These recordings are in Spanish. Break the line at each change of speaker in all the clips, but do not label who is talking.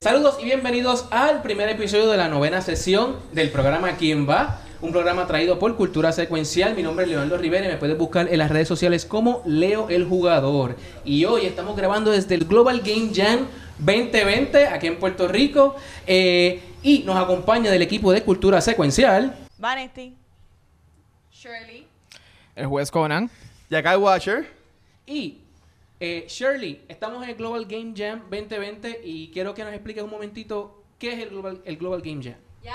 Saludos y bienvenidos al primer episodio de la novena sesión del programa ¿Quién va? Un programa traído por Cultura Secuencial. Mi nombre es Leonardo Rivera y me puedes buscar en las redes sociales como Leo el Jugador. Y hoy estamos grabando desde el Global Game Jam 2020 aquí en Puerto Rico. Eh, y nos acompaña del equipo de Cultura Secuencial.
Vanity.
Shirley.
El juez Conan.
Y acá hay Watcher.
Y eh, Shirley, estamos en el Global Game Jam 2020 y quiero que nos expliques un momentito qué es el Global, el Global Game Jam.
Yes.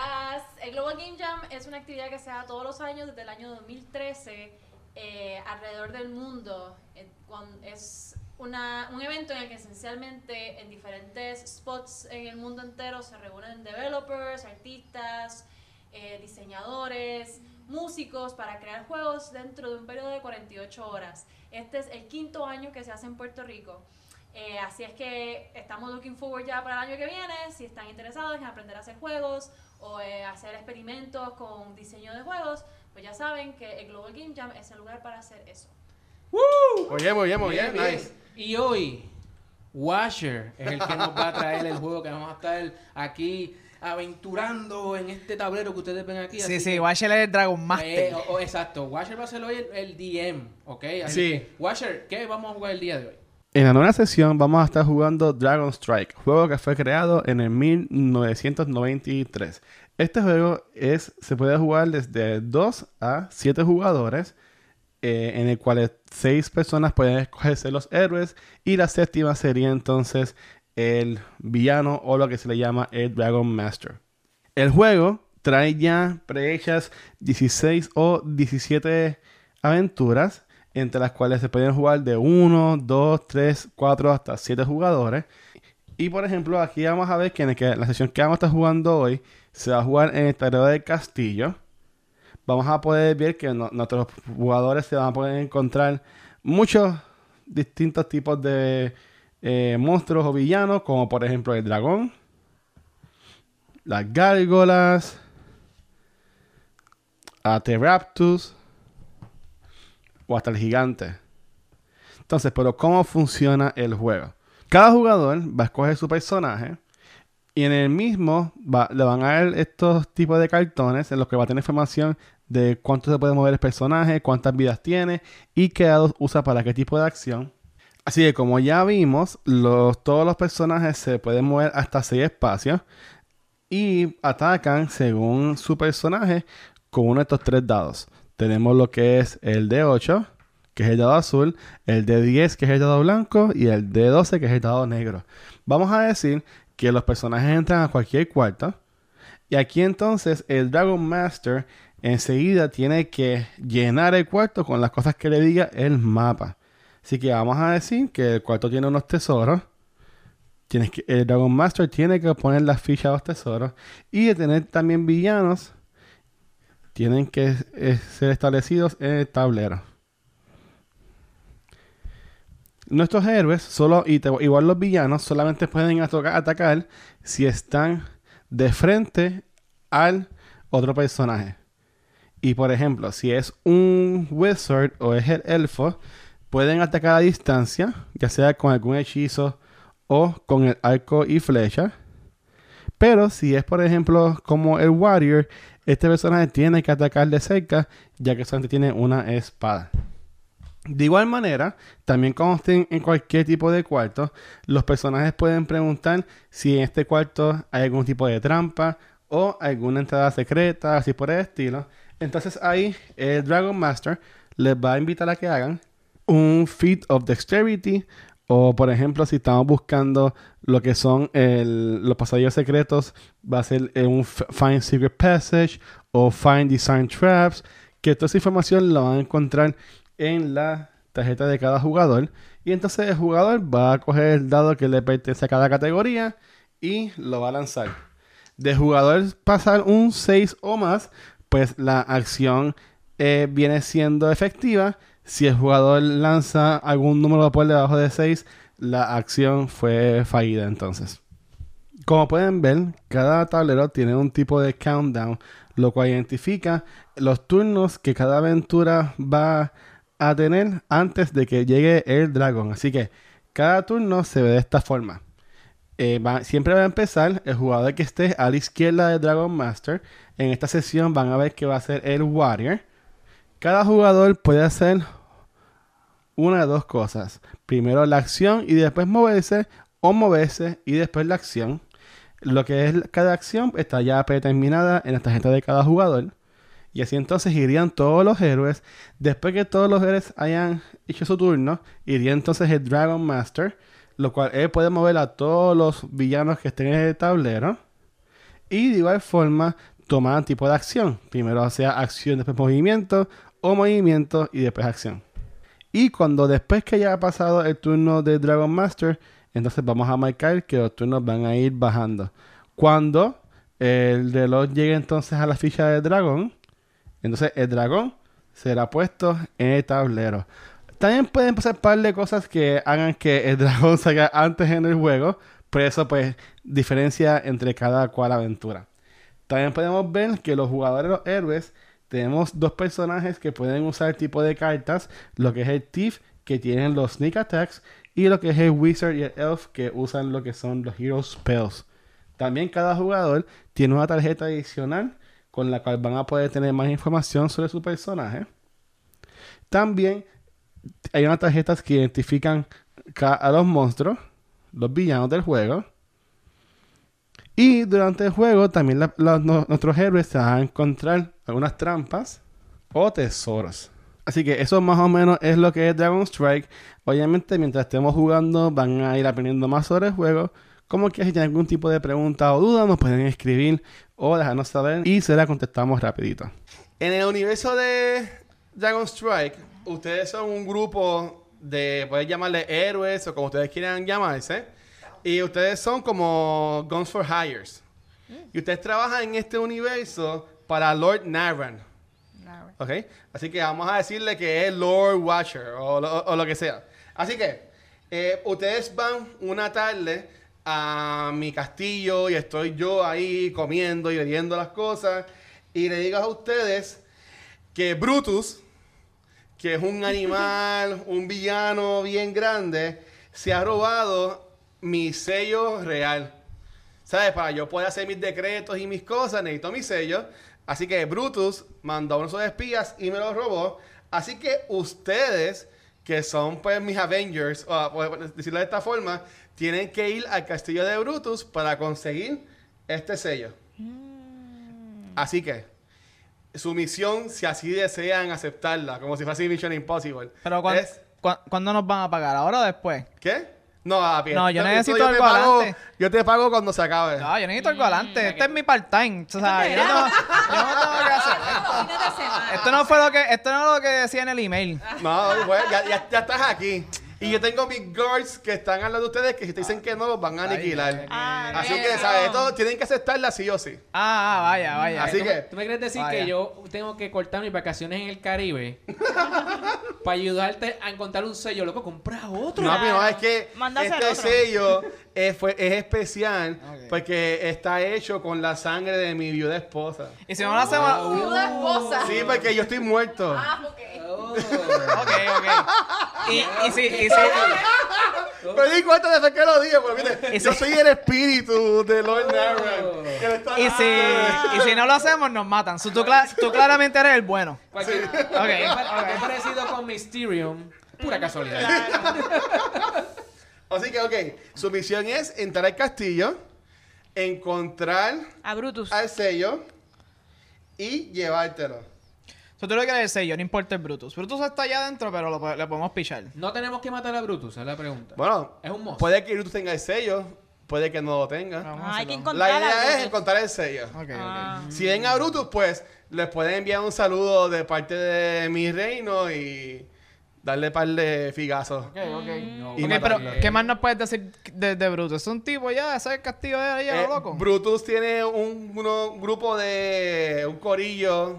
El Global Game Jam es una actividad que se da todos los años desde el año 2013 eh, alrededor del mundo. Eh, cuan- Es una- un evento en el que esencialmente en diferentes spots en el mundo entero se reúnen developers, artistas, eh, diseñadores, músicos para crear juegos dentro de un periodo de 48 horas. Este es el quinto año que se hace en Puerto Rico. Eh, así es que estamos looking forward ya para el año que viene. Si están interesados en aprender a hacer juegos o eh, hacer experimentos con diseño de juegos, pues ya saben que el Global Game Jam es el lugar para hacer eso.
Muy bien, muy bien, muy bien. Nice.
Y hoy, Washer es el que nos va a traer el juego que vamos a estar aquí aventurando en este tablero que ustedes ven aquí.
Sí,
Así
sí, Watcher es el Dragon
que, eh,
Master.
o- o- exacto, Washer va a ser hoy el, el DM, ¿ok? Así
Sí.
que, Washer, ¿qué vamos a jugar el día de hoy?
En la nueva sesión vamos a estar jugando Dragon Strike, juego que fue creado en el 1993. Este juego es, se puede jugar desde 2 a 7 jugadores, eh, en el cual 6 personas pueden escogerse los héroes y la séptima sería entonces el villano o lo que se le llama el Dragon Master. El juego trae ya prehechas 16 o 17 aventuras, entre las cuales se pueden jugar de 1, 2, 3, 4 hasta 7 jugadores. Y por ejemplo, aquí vamos a ver que en el que- la sesión que vamos a estar jugando hoy se va a jugar en el tablero del castillo. Vamos a poder ver que no- nuestros jugadores se van a poder encontrar muchos distintos tipos de eh, monstruos o villanos, como por ejemplo el dragón, las gárgolas, Ateraptus o hasta el gigante. Entonces, pero ¿cómo funciona el juego? Cada jugador va a escoger su personaje y en el mismo va- le van a dar estos tipos de cartones en los que va a tener información de cuánto se puede mover el personaje, cuántas vidas tiene y qué dados usa para qué tipo de acción. Así que como ya vimos, los- todos los personajes se pueden mover hasta 6 espacios y atacan según su personaje con uno de estos tres dados. Tenemos lo que es el de 8, que es el dado azul, el de 10, que es el dado blanco, y el de 12, que es el dado negro. Vamos a decir que los personajes entran a cualquier cuarto. Y aquí entonces el Dragon Master enseguida tiene que llenar el cuarto con las cosas que le diga el mapa. Así que vamos a decir que el cuarto tiene unos tesoros. Tienes que, el Dragon Master tiene que poner las fichas a los tesoros. Y de tener también villanos, tienen que eh, ser establecidos en el tablero. Nuestros héroes, solo, y te- igual los villanos, solamente pueden atoca- atacar si están de frente al otro personaje. Y por ejemplo, si es un wizard o es el elfo, pueden atacar a distancia, ya sea con algún hechizo o con el arco y flecha. Pero si es, por ejemplo, como el warrior, este personaje tiene que atacar de cerca, ya que solamente tiene una espada. De igual manera, también como estén en cualquier tipo de cuarto, los personajes pueden preguntar si en este cuarto hay algún tipo de trampa o alguna entrada secreta, así por el estilo. Entonces ahí el Dragon Master les va a invitar a que hagan un feat of dexterity o por ejemplo si estamos buscando lo que son el- los pasadillos secretos va a ser eh, un f- find secret passage o find design traps que toda esa información la van a encontrar en la tarjeta de cada jugador y entonces el jugador va a coger el dado que le pertenece a cada categoría y lo va a lanzar de jugador pasar un 6 o más, pues la acción eh, viene siendo efectiva. Si el jugador lanza algún número por debajo de 6, la acción fue fallida entonces. Como pueden ver, cada tablero tiene un tipo de countdown, lo cual identifica los turnos que cada aventura va a tener antes de que llegue el dragón. Así que cada turno se ve de esta forma. eh, va- siempre va a empezar el jugador que esté a la izquierda de Dragon Master. En esta sesión van a ver que va a ser el Warrior. Cada jugador puede hacer una de dos cosas. Primero la acción y después moverse o moverse y después la acción. Lo que es cada acción está ya predeterminada en la tarjeta de cada jugador. Y así entonces irían todos los héroes. Después que todos los héroes hayan hecho su turno, iría entonces el Dragon Master. Lo cual él puede mover a todos los villanos que estén en el tablero. Y de igual forma tomaban tipo de acción. Primero sea acción, después movimiento, o movimiento y después acción. Y cuando después que haya pasado el turno de Dragon Master, entonces vamos a marcar que los turnos van a ir bajando. Cuando el reloj llegue entonces a la ficha de dragón, entonces el dragón será puesto en el tablero. También pueden pasar un par de cosas que hagan que el dragón salga antes en el juego, por eso pues diferencia entre cada cual aventura. También podemos ver que los jugadores, los héroes, tenemos dos personajes que pueden usar tipo de cartas, lo que es el Thief, que tienen los sneak attacks, y lo que es el Wizard y el Elf, que usan lo que son los Hero Spells. También cada jugador tiene una tarjeta adicional con la cual van a poder tener más información sobre su personaje. También hay unas tarjetas que identifican ca- a los monstruos, los villanos del juego. Y durante el juego también la- la- no- nuestros héroes se van a encontrar algunas trampas o tesoros. Así que eso más o menos es lo que es Dragon Strike. Obviamente mientras estemos jugando van a ir aprendiendo más sobre el juego. Como que si tienen algún tipo de pregunta o duda nos pueden escribir o dejarnos saber y se la contestamos rapidito. En el universo de Dragon Strike, ustedes son un grupo de, pueden llamarle héroes o como ustedes quieran llamarse. Y ustedes son como Guns for Hires. Y ustedes trabajan en este universo para Lord Naran. ¿Ok? Así que vamos a decirle que es Lord Watcher o lo, o lo que sea. Así que eh, ustedes van una tarde a mi castillo y estoy yo ahí comiendo y bebiendo las cosas. Y le digo a ustedes que Brutus, que es un animal, un villano bien grande, se ha robado mi sello real. ¿Sabes? Para yo poder hacer mis decretos y mis cosas, necesito mis sellos. Así que Brutus mandó a uno de sus espías y me lo robó. Así que ustedes, que son pues mis Avengers, o por decirlo de esta forma, tienen que ir al castillo de Brutus para conseguir este sello.
Mm.
Así que, su misión, si así desean aceptarla, como si fuese Mission Impossible.
Pero cuan-
es-
cuan- ¿cuándo nos van a pagar? ¿Ahora o después?
¿Qué? No, a pie.
No, yo
Esto-
necesito
esto
algo
te pago-
adelante.
Yo te pago cuando se acabe.
No, Ah, yo necesito
Mm,
algo adelante. Este es mi part-time. O sea,
¿Esto qué
yo
era?
no, yo no tengo
Ah,
que hacer.
Fines de semana.
Esto no fue lo que, esto no es lo que decía en el email. Ah,
No, Ah, güey, ya, ya- ya estás aquí. Y yo tengo mis guards que están al lado de ustedes que si te dicen que no, los van a aniquilar.
Ah,
Así
no.
que, ¿sabes? Esto tienen que aceptarla sí o sí.
Ah, ah, vaya, vaya.
Así
¿Tú,
que-
me- tú me quieres decir
Vaya.
que yo tengo que cortar mis vacaciones en el Caribe para ayudarte a encontrar un sello, loco? Compra otro.
No, pero no, es que
Manda a hacer
este
otro.
sello es, fue- es especial
Ok.
porque está hecho con la sangre de mi viuda esposa.
Y si no lo hacemos...
Ah,
uh,
Viuda esposa.
Ah.
Sí, porque yo estoy muerto.
Ah, ok.
Oh.
Ok, ok. Y, y si, y si-
Me di cuenta desde que lo dije, porque mire,
Y
yo
sí.
soy el espíritu de Lord
Oh.
Naren. que le está-
y si, y si no lo hacemos, nos matan. So, tú, cla- tú claramente eres el bueno.
Cualquier-
Ok,
es pa- es parecido con Mysterium. Pura casualidad.
Así que, ok, su misión es entrar al castillo, encontrar
A Brutus.
al sello y llevártelo.
So, tú lo que quieres decir, yo no importa el Brutus. Brutus está allá adentro, pero lo, po- le podemos pichar.
No tenemos que matar a Brutus, es la pregunta.
Bueno,
Es un mozo.
puede que Brutus tenga el sello, puede que no lo tenga.
Ah, hay que
La
encontrar a
idea es
Brutus.
encontrar el sello.
Ok, ok.
Ah.
Si ven a Brutus, pues les pueden enviar un saludo de parte de mi reino y darle par de figazos.
No,
Y
Ok,
me-
pero
matarle.
¿qué más nos puedes decir de, de Brutus? Es un tipo ya, ese es el castillo de allá,
Eh,
loco.
Brutus tiene un, uno- un grupo de un corillo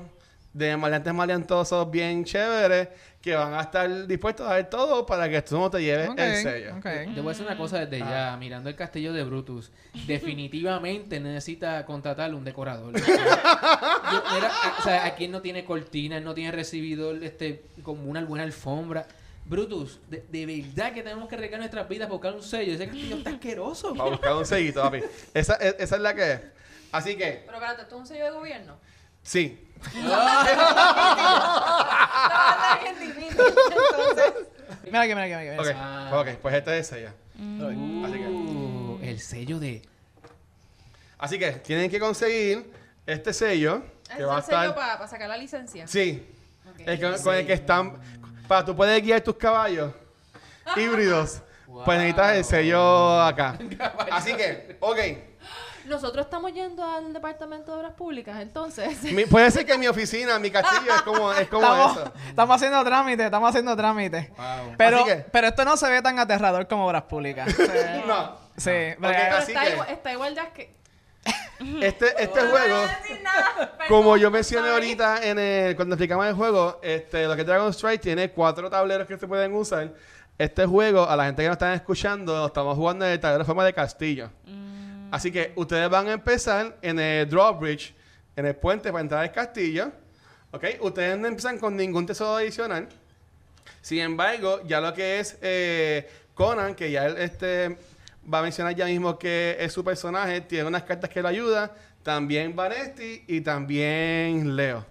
de maleantes maleantosos bien chéveres que van a estar dispuestos a ver todo para que tú no te lleves
Ok,
el sello.
ok.
Te voy a decir una cosa desde ya, mirando el castillo de Brutus. Definitivamente necesita contratar un decorador. Yo- eh, mira, a- o sea, aquí él no tiene cortinas, no tiene recibidor, este, como una buena alfombra. Brutus, de, de verdad que tenemos que arriesgar nuestras vidas por buscar un sello. Ese castillo está asqueroso.
Para buscar un sellito, papi. Esa, e- esa es la que es. Así que,
Pero espérate, ¿esto es un sello de gobierno?
sí.
Está bastante bien difícil, entonces.
Mira aquí, mira aquí, mira aquí.
Ok,
mira aquí.
Ah.
ok, pues
este
esta es ella. Así que-
Uh, el sello de...
Así que tienen que conseguir este sello
Ese
que
es
va a
el sello
estar.
para sacar la licencia.
Sí,
Ok.
el que- con el que están. Para tú puedes guiar tus caballos híbridos.
Wow.
Pues necesitas el sello acá. Así que, ok.
Nosotros estamos yendo al Departamento de Obras Públicas, entonces.
Mi- puede ser que mi oficina, mi castillo, es como, es como
Estamos,
eso.
estamos haciendo trámite, estamos haciendo trámite.
Wow.
Pero,
Así que-
pero esto no se ve tan aterrador como obras públicas. Sí,
No.
sí,
Pero
brega-
así
está,
que-
igual, está igual ya que...
Este, este
No
juego.
voy a decir nada, perdón,
Como yo mencioné
sorry.
ahorita en el, cuando explicamos el juego, este, lo que es Dragon Strike tiene cuatro tableros que se pueden usar. Este juego, a la gente que nos están escuchando, lo estamos jugando en el tablero de forma de castillo.
Mm.
Así que ustedes van a empezar en el drawbridge, en el puente para entrar al castillo. ¿Ok? Ustedes no empiezan con ningún tesoro adicional. Sin embargo, ya lo que es eh, Conan, que ya él este, va a mencionar ya mismo que es su personaje, tiene unas cartas que lo ayudan. También Vanesti y también Leo.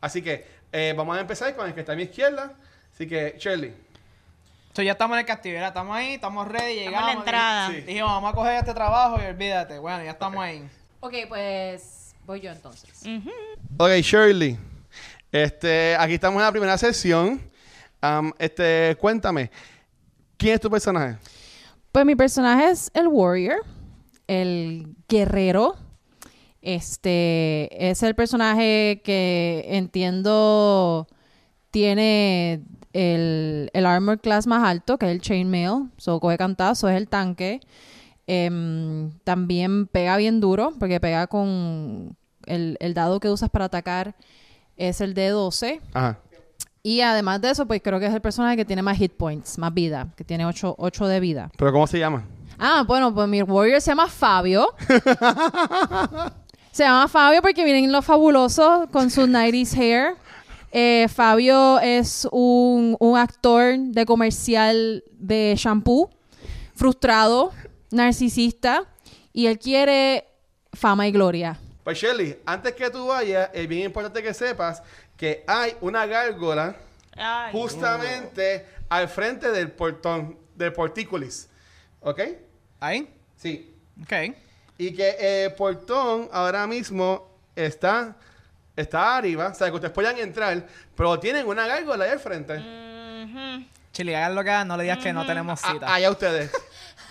Así que eh, vamos a empezar con el que está a mi izquierda. Así que, Shirley.
So, ya estamos en el castillo, ya estamos ahí, estamos ready,
en
llegamos.
la entrada.
Sí.
Dijimos, vamos a coger este trabajo y olvídate. Bueno, ya estamos ahí.
Ok, pues voy yo entonces.
Ok, Shirley. Este, aquí estamos en la primera sesión. Am, este, cuéntame, ¿quién es tu personaje?
Pues mi personaje es el warrior, el guerrero. Este es el personaje que entiendo tiene el, el armor class más alto, que es el chainmail. So, coge cantazo, es el tanque. Em, también pega bien duro, porque pega con el, el dado que usas para atacar es el de 12.
Ajá.
Y además de eso, pues creo que es el personaje que tiene más hit points, más vida, que tiene 8, 8 de vida.
¿Pero cómo se llama?
Ah, bueno, pues mi warrior se llama Fabio. se llama Fabio porque vienen los fabulosos con su 90s hair. Eh, Fabio es un, un actor de comercial de shampoo, frustrado, narcisista, y él quiere fama y gloria.
Pues Shirley, antes que tú vayas, es bien importante que sepas que hay una gárgola
Ay.
justamente al frente del portón, del portícolis. ¿Ok?
Ahí.
Sí.
Ok.
Y que eh, el portón ahora mismo está, está arriba. O sea, que ustedes puedan entrar, pero tienen una gárgola ahí al frente.
Ujú.
Chile, hagan lo que hagan, no le digas que no tenemos
A-
cita.
allá ustedes.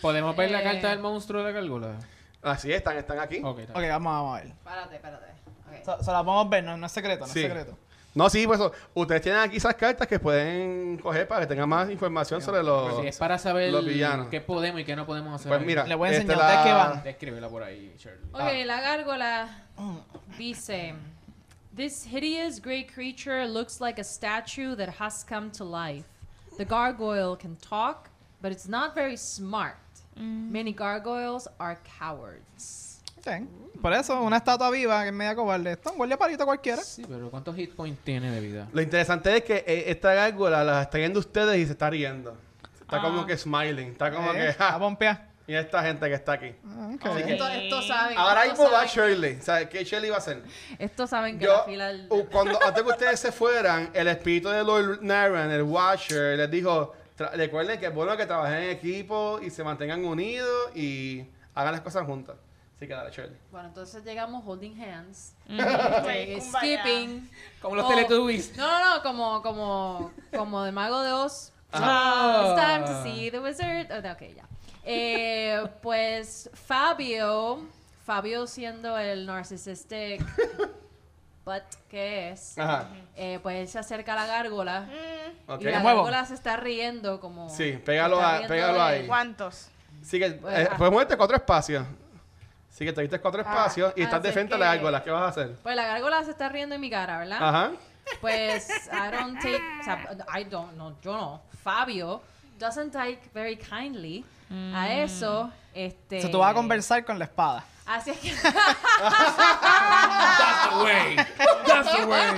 ¿Podemos ver la
Eh.
carta del monstruo de la gárgola?
Así están, están aquí.
Ok, está bien.
Ok, vamos, vamos a ver.
Espérate, espérate. Ok.
So- so la podemos ver, no, no es secreto, no
Sí.
es secreto.
No, sí, pues ustedes tienen aquí esas cartas que pueden coger para que tengan más información sobre los...
Pues Sí, es para saber
los villanos.
qué podemos y qué no podemos hacer.
Pues
ahí.
mira,
Le voy a
este,
enseñar a ustedes que
la-
van.
Descríbela por ahí, Shirley.
Ok, la gárgola dice: This hideous gray creature looks like a statue that has come to life. The gargoyle can talk, but it's not very smart. Many gargoyles are cowards.
Ok. Por eso, una estatua viva que es media cobarde. Está un guardia parito cualquiera.
Sí, pero ¿cuántos hit points tiene de vida?
Lo interesante es que eh, esta gárgola la está viendo ustedes y se está riendo. Está como que smiling. Está como
Eh,
que...
A
"Ja".
pompear.
Y esta gente que está aquí. Así que-
Esto, esto saben.
Ahora
esto
mismo va
saben-
Shirley. ¿Sabes qué Shirley va a hacer?
Esto saben que
Yo,
la fila. del-
u- cuando, antes que ustedes se fueran, el espíritu de Lord Naren, el Watcher, les dijo, "Tra- recuerden que es bueno que trabajen en equipo y se mantengan unidos y hagan las cosas juntas. Así que dale, Shirley.
Bueno, entonces llegamos holding hands.
Ay,
este,
kumbaya.
Mm. skipping.
Como
o- No, no, no, como, como, como de Mago de Oz.
Ah.
It's time to see the wizard. Oh, no, ok, ya. Eh, pues Fabio, Fabio siendo el narcissistic butt que es,
Ajá.
eh, pues él se acerca a la gárgola.
Ok.
Y la
Me muevo.
gárgola se está riendo como...
Sí, pégalo
se está
a-
riendo
pégalo
de-
ahí.
¿Cuántos?
Así que eh,
Pues, ah.
puedes moverte cuatro espacios. Así que te diste cuatro espacios y estás
así
de
Ah, es
frente a
que- ¿Ah?
la gárgola. ¿Qué vas a hacer?
Pues la gárgola se está riendo en mi cara, ¿verdad?
Ajá.
Pues I don't take, o sea, I don't, no, yo no. Fabio doesn't take very kindly
Mm.
a eso. Este,
O sea, tú vas a conversar con la espada.
Así es que
That's the way. That's the way.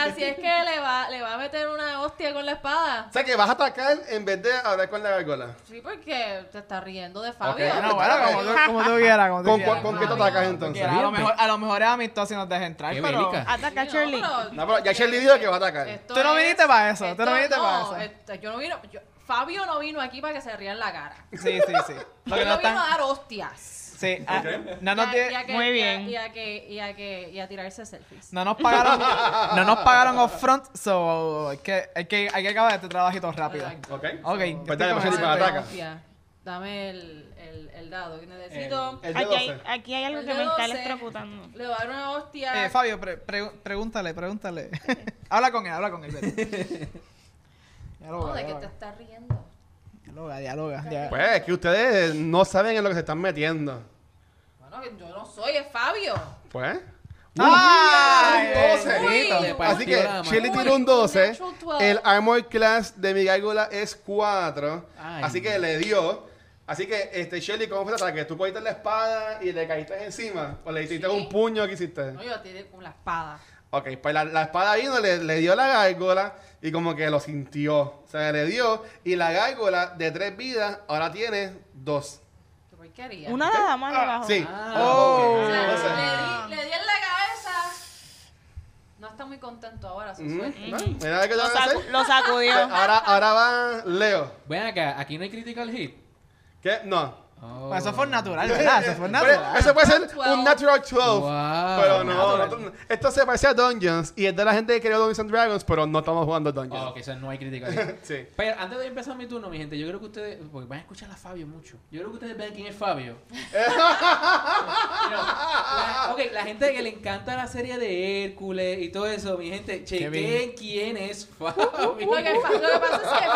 Así es que le va, le va a meter una hostia con la espada.
O sea, que vas a atacar en vez de hablar con la gargola.
Sí, porque te estás riendo de Fabio.
Ok,
Bueno, bueno, como tú, como tú quieras, como tú
¿Con,
quieras.
cuál- con
Como
qué te
tú
atacas
quieras.
entonces?
A lo mejor, a lo mejor es amistoso si nos dejas entrar,
Qué
pero...
bélica.
Ataca,
Sí, no,
Shirley.
pero-
No, pero ya Shirley dijo que va a atacar.
Esto
Tú no
es-
viniste para eso, tú no
esto
viniste para
no,
eso.
esto- yo no vino, yo- Fabio no vino aquí para que se rían la cara.
Sí, sí, sí. Lo que
Fabio
no
no vino a
están...
dar hostias.
Sí, ah, no nos
Y a-
di-
y a que-
Muy
y a-
bien.
Y a que, y a que, y a tirarse selfies.
No nos pagaron, no nos pagaron off front, so hay que, hay que, hay que acabar este trabajito rápido.
Ok.
Ok.
Pues dale,
estoy
pues,
con-
Shirley, para ataca.
Hostia. Dame el, el, el dado que necesito.
El de
Aquí hay,
12.
aquí hay algo
El
que me
dedo
está
se-
electrocutando.
Le voy a dar una hostia.
Eh, Fabio, pre- pre- pregúntale, pregúntale. habla con él, habla con él. vete.
No,
dialoga,
de que te
dialoga,
estás riendo.
dialoga, dialoga, dia-
Pues es que ustedes no saben en lo que se están metiendo.
Bueno, que yo no soy, es Fabio.
Pues.
¡Ay!
¡Un 12!
bendito!
Uy.
Así que
Partió la
Shirley
mano.
tiró un
Uy,
12.
natural 12.
El armor class de mi gárgola es 4.
Ay.
Así que le dio. Así que, este, Shirley, ¿cómo fue el ataque? ¿Tú cogiste la espada y le caíste encima? ¿O le hiciste
Sí.
un puño que hiciste?
No, yo tiré con la espada.
Ok, pues la, la espada vino, le, le dio la gárgola y como que lo sintió. O sea, le dio. Y la gárgola de tres vidas ahora tiene dos.
Qué porquería.
Una nada más debajo.
Sí.
Ah,
Oh.
O sea,
Entonces-
le, di, le di en la cabeza. No está muy contento ahora, su
Ujú.
suerte.
Ah, Mira qué te
Lo,
van a
sacu-
hacer. Pues
lo sacudió.
Ahora, ahora va Leo.
Ven acá, aquí no hay critical hit.
¿Qué? No.
Oh.
Pues eso fue natural, ¿verdad? Eso fue natural.
Pero Eso puede ser
12.
un Natural 12.
Oh, Wow.
Pero no,
Natural.
no- esto se parece a Dungeons y es de la gente que creó Dungeons and Dragons, pero no estamos jugando Dungeons.
Ah, ok, o sea, no hay critical hit.
Sí.
Pero antes de empezar mi turno, mi gente, yo creo que ustedes, porque van a escuchar a Fabio mucho. Yo creo que ustedes ven quién es Fabio. Pero, la- ok, la gente que le encanta la serie de Hércules y todo eso, mi gente, chequen
bien.
quién es
Uh,
Fabio.
Lo que, fa- lo que pasa es que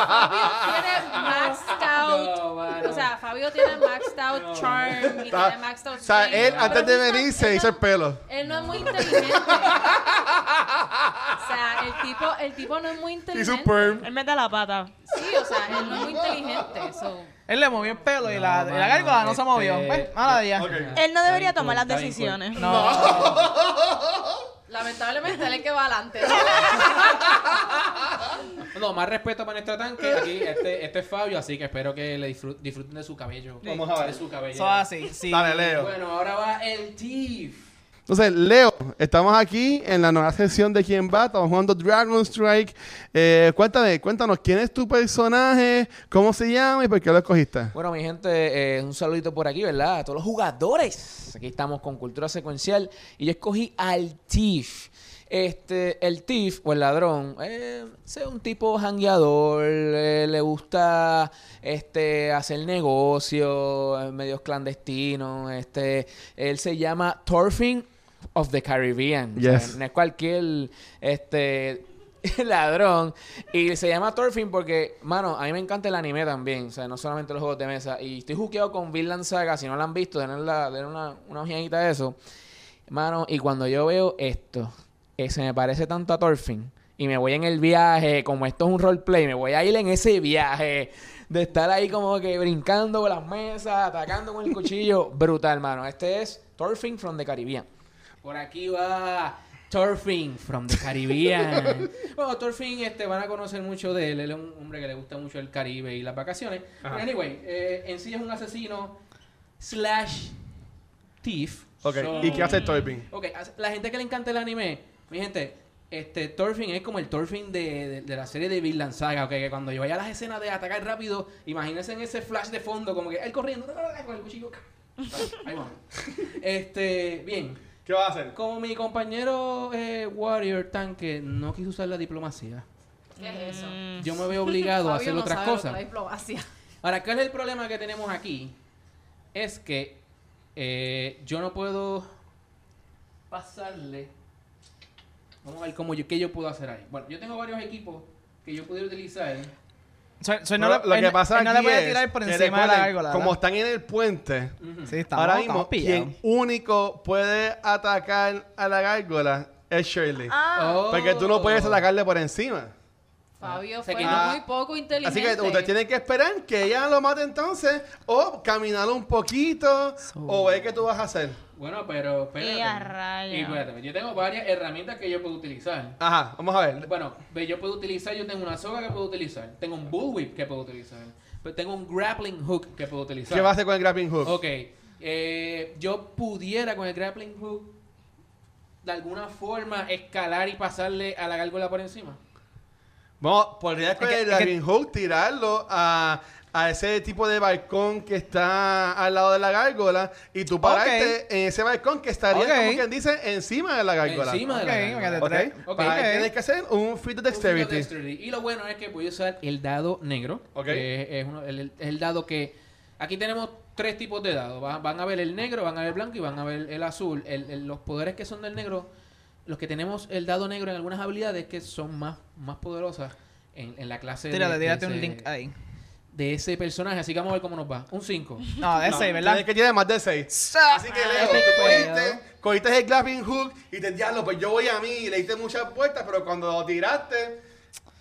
Fabio tiene maxed out.
No, mano.
O sea, Fabio tiene maxed out
No.
charm y
Está-
tiene maxed out
O sea,
strength,
él
pero
antes de
él no-
venir se
él
hizo
no-
el pelo.
Él no es muy inteligente. o sea, el tipo, el tipo no es muy
Hizo un
inteligente.
perm.
Él mete la pata.
Sí, o sea, él no es muy inteligente. So,
Él le movió el pelo y la,
No,
y
mano,
la gárgola no se movió.
este-
Pues, mala día.
eh, Ok.
Él no
Está
debería
bien cool,
tomar las
está bien cool.
decisiones.
No.
lamentablemente él es el que va adelante.
No, más respeto para nuestro tanque. Aquí, este, este es Fabio, así que espero que le disfrut- disfruten de su cabello.
Vamos a ver.
De su cabello.
Eso así, sí.
Dale, Leo.
Bueno, ahora va el Thief.
Entonces, Leo, estamos aquí en la nueva sesión de Quién va. Estamos jugando Dragon Strike. Eh, cuéntame, cuéntanos, ¿quién es tu personaje? ¿Cómo se llama y por qué lo escogiste?
Bueno, mi gente, eh, un saludito por aquí, ¿verdad? A todos los jugadores. Aquí estamos con Cultura Secuencial y yo escogí al Thief. Este, el Thief o el ladrón, eh, es un tipo jangueador, eh, le gusta este, hacer negocios, en medios clandestinos. Este, él se llama Thorfinn of the Caribbean. O sea,
Yes.
no es cualquier este ladrón y se llama Thorfinn porque mano a mí me encanta el anime también o sea no solamente los juegos de mesa y estoy juqueado con Vinland Saga si no la han visto denle, la- denle una, una ojeadita a eso mano y cuando yo veo esto eh, se me parece tanto a Thorfinn y me voy en el viaje como esto es un roleplay me voy a ir en ese viaje de estar ahí como que brincando con las mesas atacando con el cuchillo brutal mano este es Thorfinn from the Caribbean
Por aquí va Thorfinn from the Caribbean. bueno, Thorfinn este, van a conocer mucho de él. Él es un hombre que le gusta mucho el Caribe y las vacaciones. Pero anyway, eh, en sí es un asesino slash thief.
Ok,
So-
¿y qué hace Toypin?
Ok, as- la gente que le encanta el anime, mi gente, este Thorfinn es como el Thorfinn de, de- de la serie de Vinland Saga, ok, que cuando yo vaya a las escenas de atacar rápido, imagínense en ese flash de fondo, como que él corriendo, con el cuchillo. Ahí vamos. Este, bien.
¿Qué vas a hacer?
Como mi compañero eh, Warrior Tanque no quiso usar la diplomacia,
¿Qué es eso?
Mm.
yo me veo obligado a
Fabio
hacer
no
otras
sabe lo que es la
cosas.
diplomacia.
Ahora, ¿cuál es el problema que tenemos aquí? Es que eh, yo no puedo pasarle. Vamos a ver cómo yo, qué yo puedo hacer ahí. Bueno, yo tengo varios equipos que yo pudiera utilizar.
So- so no
Pero
le-
lo que
él-
pasa
él no le
aquí
voy a
es
tirar por
que
encima de la
recuerden,
gárgola.
Como
¿verdad?
están en el puente,
Sí, estamos,
ahora
estamos
mismo
pillados.
quien único puede atacar a la gárgola es Shirley.
Ah,
Oh.
Porque tú no puedes atacarle por encima.
O
Fabio
sea
fue
pues,
que
no-
muy poco inteligente.
Así que ustedes tienen que esperar que ella lo mate entonces, o caminar un poquito, o ver qué tú vas a hacer.
Bueno, pero espérate.
Y a rayos.
Y espérate, yo tengo varias herramientas que yo puedo utilizar.
Ajá, vamos a ver.
Bueno, ve, yo puedo utilizar, yo tengo una soga que puedo utilizar, tengo un bullwhip que puedo utilizar, pero tengo un grappling hook que puedo utilizar.
¿Qué vas a hacer con el grappling hook?
Ok, eh, yo pudiera con el grappling hook de alguna forma escalar y pasarle a la gárgola por encima.
Vamos, podrías con
Es que-
el
es que-
grappling hook tirarlo a, a ese tipo de balcón que está al lado de la gárgola y tú pararte en ese balcón que estaría,
Ok.
como quien dice, encima de la gárgola.
Encima de
Ok,
la
ok,
gárgola.
de
Ok,
tres.
Ok.
Para-
Ok.
Tienes que hacer un fit
Un poquito de
dexterity.
dexterity. Y lo bueno es que voy a usar el dado negro.
Ok.
que es- es uno- el, el- el dado que. Aquí tenemos tres tipos de dados. Va- Van, a ver el negro, van a ver el blanco y van a ver el azul. El- el- los poderes que son del negro, los que tenemos el dado negro en algunas habilidades que son más, más poderosas en, en la clase de-
Tírate,
de,
tírate
ese-
un link ahí.
de ese personaje. Así que vamos a ver cómo nos va. Un 5.
No, de
No,
seis,
Tienes
¿verdad?
que tirar más de 6.
Sa-
Así que Leo,
qué
tú
feo.
cogiste, cogiste el grappling hook y te diablo, pues yo voy a mí y le diste muchas vueltas, pero cuando lo tiraste,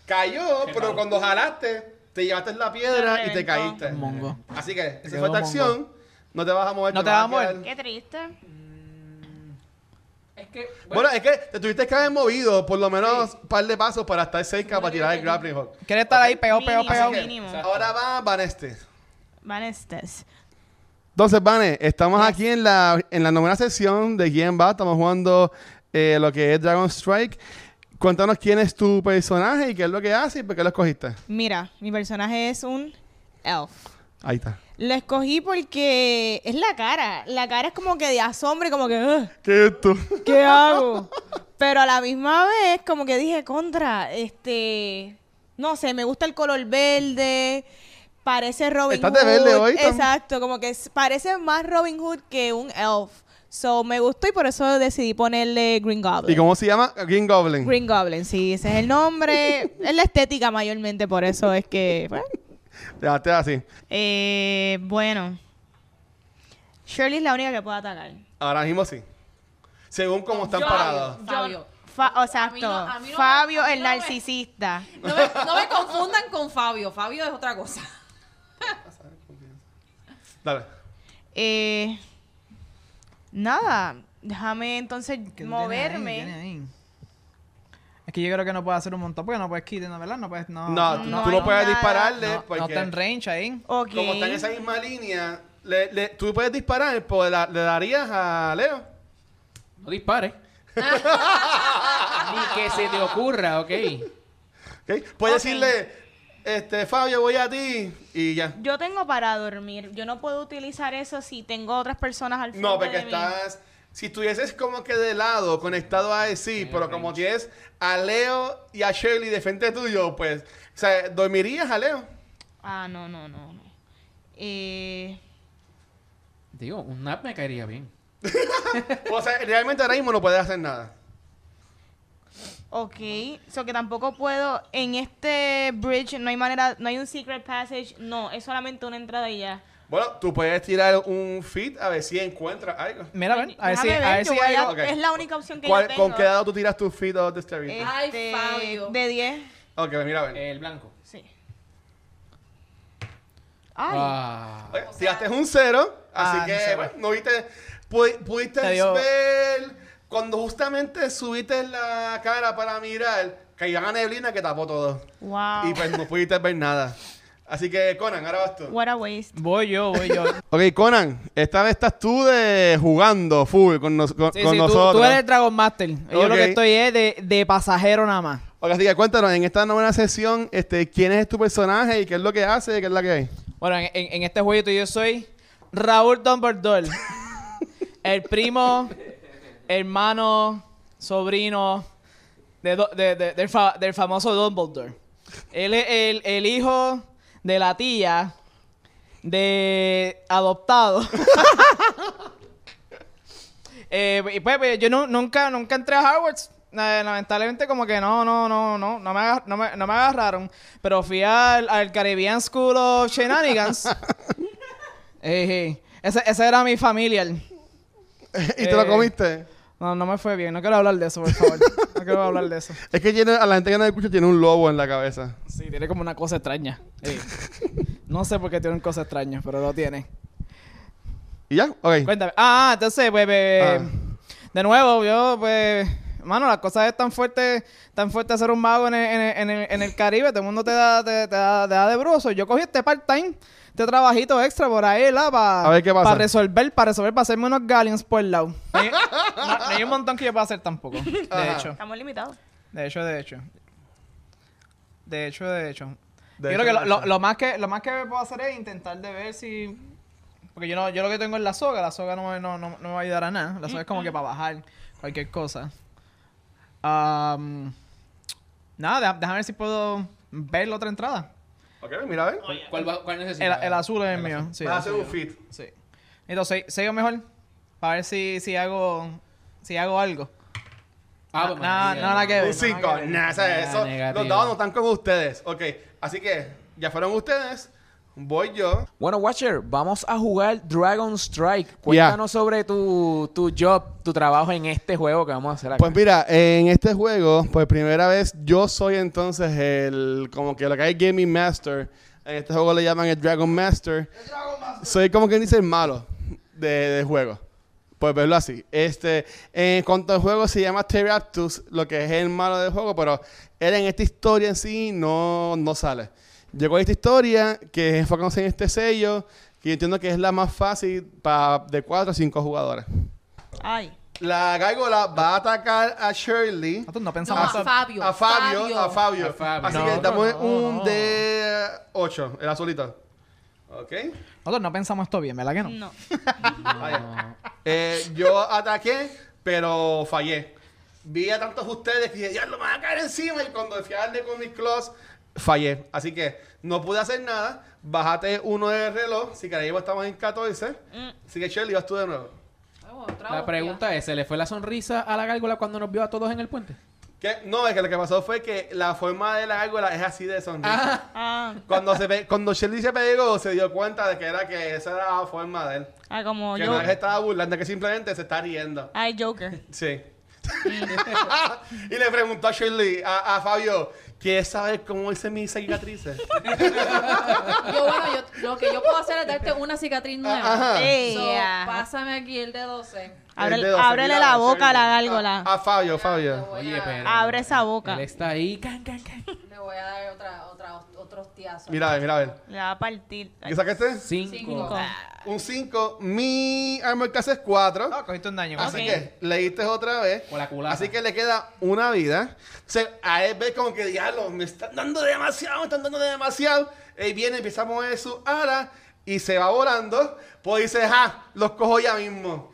cayó, pero cuando jalaste, te llevaste la piedra
Se
y te
reventó.
caíste.
Mongo.
Así que, esa
quedó
fue tu
mongo.
acción. No te vas a mover.
No te
vas
vas a mover.
quedar-
Qué triste.
Es que.
Bueno, es que te tuviste que haber movido por lo menos un par de pasos para estar cerca para tirar el grappling hook.
Quiere estar ahí, peo, peo,
Mínimo,
peo.
mínimo.
Ahora va Vaneste.
Van estas.
Entonces, Vane, estamos aquí en la, en la novena sesión de quién va. Estamos jugando eh, lo que es Dragon Strike. Cuéntanos quién es tu personaje y qué es lo que hace y por qué lo escogiste.
Mira, mi personaje es un elf.
Ahí está.
Lo escogí porque es la cara. La cara es como que de asombro y como que, "Ugh,
¿Qué es tú?
¿qué hago? Pero a la misma vez, como que dije, contra, este. No sé, me gusta el color verde. Parece Robin
Estás de
Hood.
verde hoy, Tam.
Exacto, como que es- parece más Robin Hood que un elf. So me gustó y por eso decidí ponerle Green Goblin.
¿Y cómo se llama? Green Goblin.
Green Goblin, sí, ese es el nombre. es la estética mayormente, por eso es que. bueno.
Déjate así.
Eh, bueno. Shirley es la única que puede atacar.
Ahora mismo sí. Según cómo están
Yo-
parados.
Fabio.
Fa- o
A mí no-
exacto.
a mí no me-
Fabio,
a mí
el
no me-
narcisista.
No me, no me confundan con Fabio. Fabio es otra cosa.
Dale.
Eh, nada. Déjame entonces
¿Qué tú
moverme.
tienes ahí? ¿Qué tienes ahí? Es que yo creo que no puedes hacer un montón porque no puedes quitar, ¿no? ¿verdad? No puedes. No,
No,
no
tú no
hay
puedes
nada.
dispararle
no, no
porque
está en range ahí.
Ok.
como está en esa misma línea, le- le- tú puedes disparar, pues la- le darías a Leo.
No dispare. Ni que se te ocurra, ok.
¿ok? Puedes
Ok.
decirle, este, Fabio, voy a ti y ya.
Yo tengo para dormir. Yo no puedo utilizar eso si tengo otras personas al frente.
No, porque
de mí.
estás. Si estuvieses como que de lado, conectado a sí, pero como tienes a Leo y a Shirley de frente tuyo, pues. O sea, ¿dormirías a Leo?
Ah, no, no, no. no. Eh,
Digo, un nap me caería bien.
O sea, realmente ahora mismo no puedes hacer nada.
ok. So que tampoco puedo. En este bridge no hay manera. No hay un secret passage. No, es solamente una entrada y ya.
Bueno, tú puedes tirar un feed a ver si encuentras algo.
Mira, a ver, a ver si,
Déjame ver,
a ver
yo
si
voy
hay
a-
algo.
Ok.
Es la única opción que yo
¿Cuál-
tengo.
¿Con qué dado tú tiras tu feed o dexterity?
Ay,
Este,
Fabio.
De 10.
Ok, pues mira, a ver.
El blanco.
Sí. Ay.
Ah.
Ok, tiraste un cero,
Ah,
así
un
que
cero.
bueno, no viste, pu- pudiste
Te dio-
ver cuando justamente subiste la cara para mirar, caía la neblina que tapó todo.
Wow.
Ah.
Y pues no pudiste ver nada. Así que Conan, ahora vas tú.
What a waste.
Voy yo, voy yo.
Ok, Conan, esta vez estás tú de jugando full con, nos- con-
Sí,
con
sí, tú-
nosotros.
Tú, eres el Dragon Master. Yo lo
Ok.
que estoy es de, de pasajero nada más.
Ok, así que cuéntanos, en esta novena sesión, este, ¿quién es tu personaje y qué es lo que hace y qué es la que hay?
Bueno, en, en- en este jueguito yo soy Raúl Dumbledore. el primo, hermano, sobrino de do- de- de- del, fa- del famoso Dumbledore. Él es el, el hijo de la tía de adoptado. Eh, y pues, pues, yo nu- nunca, nunca entré a Hogwarts. Eh, lamentablemente como que no, no, no, no, no me, aga- no me, no me agarraron. Pero fui al, al Caribbean School of Shenanigans. Ey, ey. Ese, ese era mi familiar.
¿Y te lo
Eh,
comiste?
No, no me fue bien. No quiero hablar de eso, por favor. No que voy a hablar de eso.
Es que tiene- a la gente que no escucha tiene un lobo en la cabeza.
Sí, tiene como una cosa extraña. Sí. No sé por qué tienen cosas extrañas, pero lo tienen.
¿Y ya? Ok.
Cuéntame. Ah, entonces, pues, pues,
Ah.
de nuevo, yo, pues, mano, las cosas es tan fuerte, tan fuerte hacer un mago en el, en el- en el- en el Caribe, todo el mundo te da, te, te da, te da de bruzo. Yo cogí este part-time, este trabajito extra por ahí, la,
A ver qué pasa.
Para resolver, para resolver, para hacerme unos galleons por el lado. No, hay- no- no hay un montón que yo pueda hacer tampoco, de hecho.
Estamos limitados.
De hecho, de hecho. De hecho, de hecho. yo
De
creo
hecho,
que lo,
de
lo-
hecho.
lo más que lo más que puedo hacer es intentar de ver si porque yo no yo lo que tengo es la soga, la soga no, me- no, no, no me va a ayudar a nada, la soga es como que para bajar cualquier cosa. Am, nada, deja- déjame ver si puedo ver la otra entrada.
Ok, mira, a ver.
¿Cuál, va- cuál necesitas?
El, el azul es el mío. Sí,
Va a
el
hacer
azul.
un fit.
Sí. Entonces, sello mejor para ver si, si hago si hago algo.
Ah,
no,
pues,
no,
María.
nada que ver.
Un 5.
nada que ver.
Nah,
Nah,
¿sabes? Eso,
negativo.
los dados no están como ustedes. Ok, así que ya fueron ustedes. Voy yo.
Bueno, Watcher, vamos a jugar Dragon Strike. Cuéntanos sobre tu, tu job, tu trabajo en este juego que vamos a hacer acá.
Pues mira, en este juego, por primera vez, yo soy entonces el, como que lo que hay Gaming Master. En este juego le llaman el Dragon Master. Soy como quien dice el malo de, de juego. Pues verlo así. Este, en cuanto al juego se llama Terraptus, lo que es el malo del juego, pero él en esta historia en sí no, no sale. Llegó esta historia que es enfocándose en este sello, que yo entiendo que es la más fácil para de 4 a 5 jugadores.
Ay.
La gárgola va a atacar a Shirley.
Nosotros no
No,
pensamos
a
tanto.
Fabio.
A Fabio, a Fabio.
A Fabio.
Así
No,
que estamos en
no,
un
no.
de 8, el azulito. Ok.
Nosotros no pensamos esto bien, ¿verdad que no?
No.
Vaya. Eh, yo ataqué, pero fallé. Vi a tantos ustedes que dije, ya lo van a caer encima. Y cuando fui a darle con mis claws, fallé. Así que no pude hacer nada. Bájate uno del reloj. Si queréis, pues, estamos en 14.
Mm.
Así que Shirley, vas tú de nuevo.
Oh, otra
La
hostia.
pregunta es, ¿se le fue la sonrisa a la gárgola cuando nos vio a todos en el puente?
¿Qué? No, es que lo que pasó fue que la forma de la gárgola es así de sonrisa.
Ah,
Cuando, se pe- cuando Shelly se pegó, se dio cuenta de que era que esa era la forma de él.
ah, como
que
yo.
no se estaba burlando, que simplemente se está riendo.
Ay, Joker.
Sí. y le preguntó a Shirley, a, a Fabio, ¿quieres saber cómo hice mis cicatrices?
Yo, bueno, yo, lo que yo puedo hacer es darte una cicatriz nueva.
Ajá.
Ey,
So,
ah.
pásame aquí el de 12.
Ábrele-
El dedo, se
ábrele
miraba,
la boca a la
Shirley.
gárgola.
A, a Fabio, Fabio.
Oye, pero...
Abre esa boca.
Él está ahí, can, can, can.
Le voy a dar otra, otra, otro hostiazo.
Mira, a ver, mira, a ver.
Le va a partir. Ay,
¿Qué sacaste?
Cinco.
Cinco.
Un 5. Mi armor class es 4.
No, Ah, cogiste un daño.
Así
Ok.
que le diste otra vez.
Con la culata.
Así que le queda una vida. O sea, a él ve como que diablo, me están dando demasiado, me están dando demasiado. Él viene, empieza a mover su ala y se va volando. Pues dice, ja, los cojo ya mismo.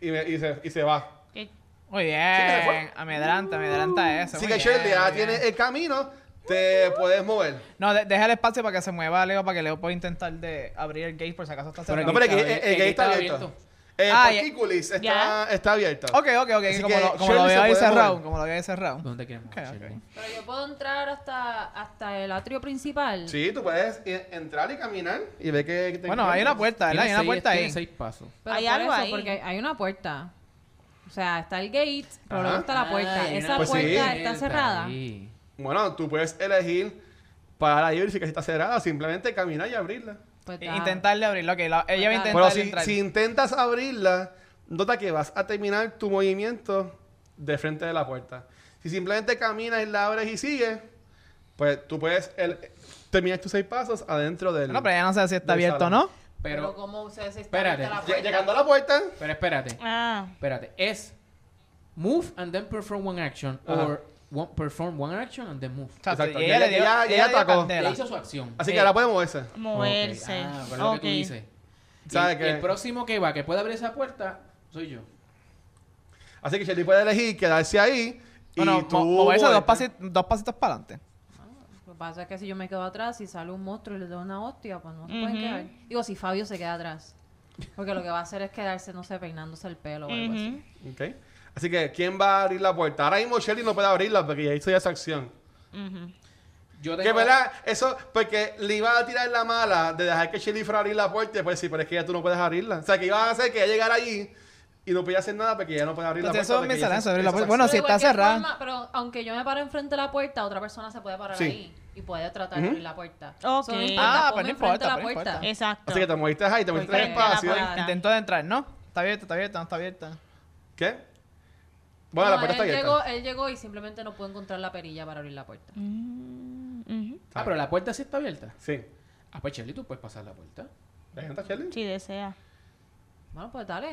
Y, me- y se, y se va.
qué-
Muy
Sí, se fue.
bien. Amedranta, amedranta eso.
Así
muy
que
bien,
Shirley, ya
muy
tienes
bien.
el camino, te puedes mover.
No, de- deja el espacio para que se mueva Leo, para que Leo pueda intentar de abrir el gate por si acaso está
Pero
cerrado.
No, pero el,
está
gate- el- el
abierto. El
gate está
gate está
abierto.
abierto.
El
Ah, ya.
Porticulis está,
Ya.
está abierto.
Ok, ok, ok.
Así
como
que
lo, como lo
Shirley se
veo ahí
puede
cerrado,
mover.
como lo veo ahí cerrado.
¿Dónde queremos?
Ok, ok.
Shirley?
Pero yo puedo entrar hasta, hasta el atrio principal.
Sí, tú puedes eh, entrar y caminar y ver que... que-
Bueno, hay una puerta, ¿verdad?
Tiene
Hay una
seis-
puerta
tiene
ahí.
seis pasos.
Pero
Hay
por
algo
eso,
ahí.
Porque hay una puerta. O sea, está el gate, pero
Ajá.
luego está la puerta.
Ah, hay
Esa
una
Pues sí.
puerta está cerrada.
ahí.
Bueno, tú puedes elegir para ahí verificar si está cerrada, simplemente caminar y abrirla.
Pues
I-
da-
Intentarle abrirlo, ok. la- ella va a
Pero
intentar
Pero si,
entrar.
si intentas abrirla, nota que vas a terminar tu movimiento de frente de la puerta. Si simplemente caminas y la abres y sigues, pues tú puedes el- terminar tus seis pasos adentro del.
No, pero ya no sé si está
del
abierto o
salón.
no.
Pero,
Pero,
¿cómo se, se está
Espérate.
abierta la
Lle-
puerta?
Llegando a la puerta,
pero espérate,
Ah.
espérate. Es move and then perform one action
Ajá.
or one- perform one action and then move.
Exacto,
Exacto,
Y ella
ya-
le dio,
ya- ya
ella le dio
atacó.
candela.
Ya hizo su acción.
así
Eh.
que ahora puede moverse.
Moverse.
Ok, Ah,
Ok.
pero lo que tú dices. Y
¿Sabes
el-
qué?
el próximo que va, que puede abrir esa puerta, soy yo.
Así que Shelly puede elegir quedarse ahí. y
Bueno,
tú
mo- moverse dos,
moverte.
pasi- dos pasitos para adelante.
Lo que pasa es que si yo me quedo atrás y sale un monstruo y le doy una hostia, pues no se pueden
Ujú.
quedar. Digo, si Fabio se queda atrás. Porque lo que va a hacer es quedarse, no sé, peinándose el pelo o algo así.
Ujú.
Ok. Así que, ¿quién va a abrir la puerta? Ahora mismo Shelly no puede abrirla porque ya hizo ya esa acción.
Ujú.
Yo
Que
tengo-
verdad, eso, porque le iba a tirar la pues mala de dejar que Shelly fuera a abrir la puerta y después sí, pero es que ya tú no puedes abrirla. O sea, que iba a hacer que ella llegara allí Y no podía hacer nada porque ya no podía abrir la
Entonces
puerta.
Pues eso
porque
me
ya
sale
se-
a abrir la
eso
puerta.
se
Bueno,
accede.
si
de
está
cualquier
cerrada.
forma, pero aunque yo me pare enfrente de la puerta, otra persona se puede parar
Sí.
ahí y puede tratar de abrir la puerta.
Ok.
So, no
Ah,
importa,
pero no
ponme enfrente de
importa,
la
pero no
puerta.
importa.
Exacto.
Así que te moviste ahí, te moviste en
Porque la
espacio.
puerta-
Intentó de entrar, ¿no? Está abierta, está abierta, no está abierta.
¿Qué? Bueno, la
No,
puerta está
él
abierta.
Llegó, él llegó y simplemente no pudo encontrar la perilla para abrir la puerta.
Mm.
Ujú.
Ah, pero la puerta sí está abierta.
Sí.
Ah, pues Charlie, tú puedes pasar la puerta.
¿La gente Charlie?
Si desea.
Bueno, pues dale.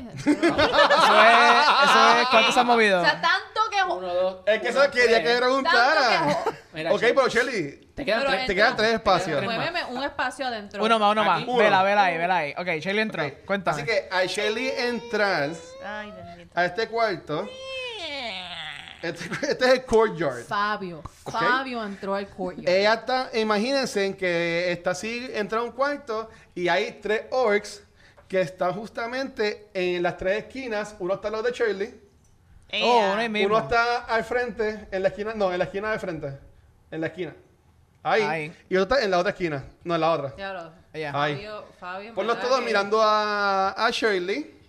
Eso es, eso es cuánto se ha
o
movido.
sea, tanto que... jo-
Uno, dos.
Es que eso
uno,
quería que
tres.
preguntara.
Tanto
Mira,
ok,
Shelly,
pero Shelly,
Te quedan
Pero
tres.
te
entra.
quedan tres espacios.
Tres más.
Muéveme un espacio adentro.
Uno más, uno más.
Aquí.
Vela,
Uno.
vela ahí, vela ahí. Ok, Shelly entró.
Ok,
Cuéntame.
Así que al Shelly entrar
Ay, bendito.
a este cuarto, este, este es el courtyard.
Fabio.
Ok.
Fabio entró al courtyard.
Ella está, imagínense que está así, entra a un cuarto y hay tres orcs que están justamente en las tres esquinas. Uno está al lado de Shirley,
Oh, uno ahí mismo.
uno está al frente, en la esquina, no, en la esquina de frente, en la esquina. Ahí.
Ahí.
Y otro está en la otra esquina, no en la otra.
Diablo.
Ella.
Ay.
Fabio, Fabio. en
Por los
verdad
todos
que-
mirando a, a Shirley.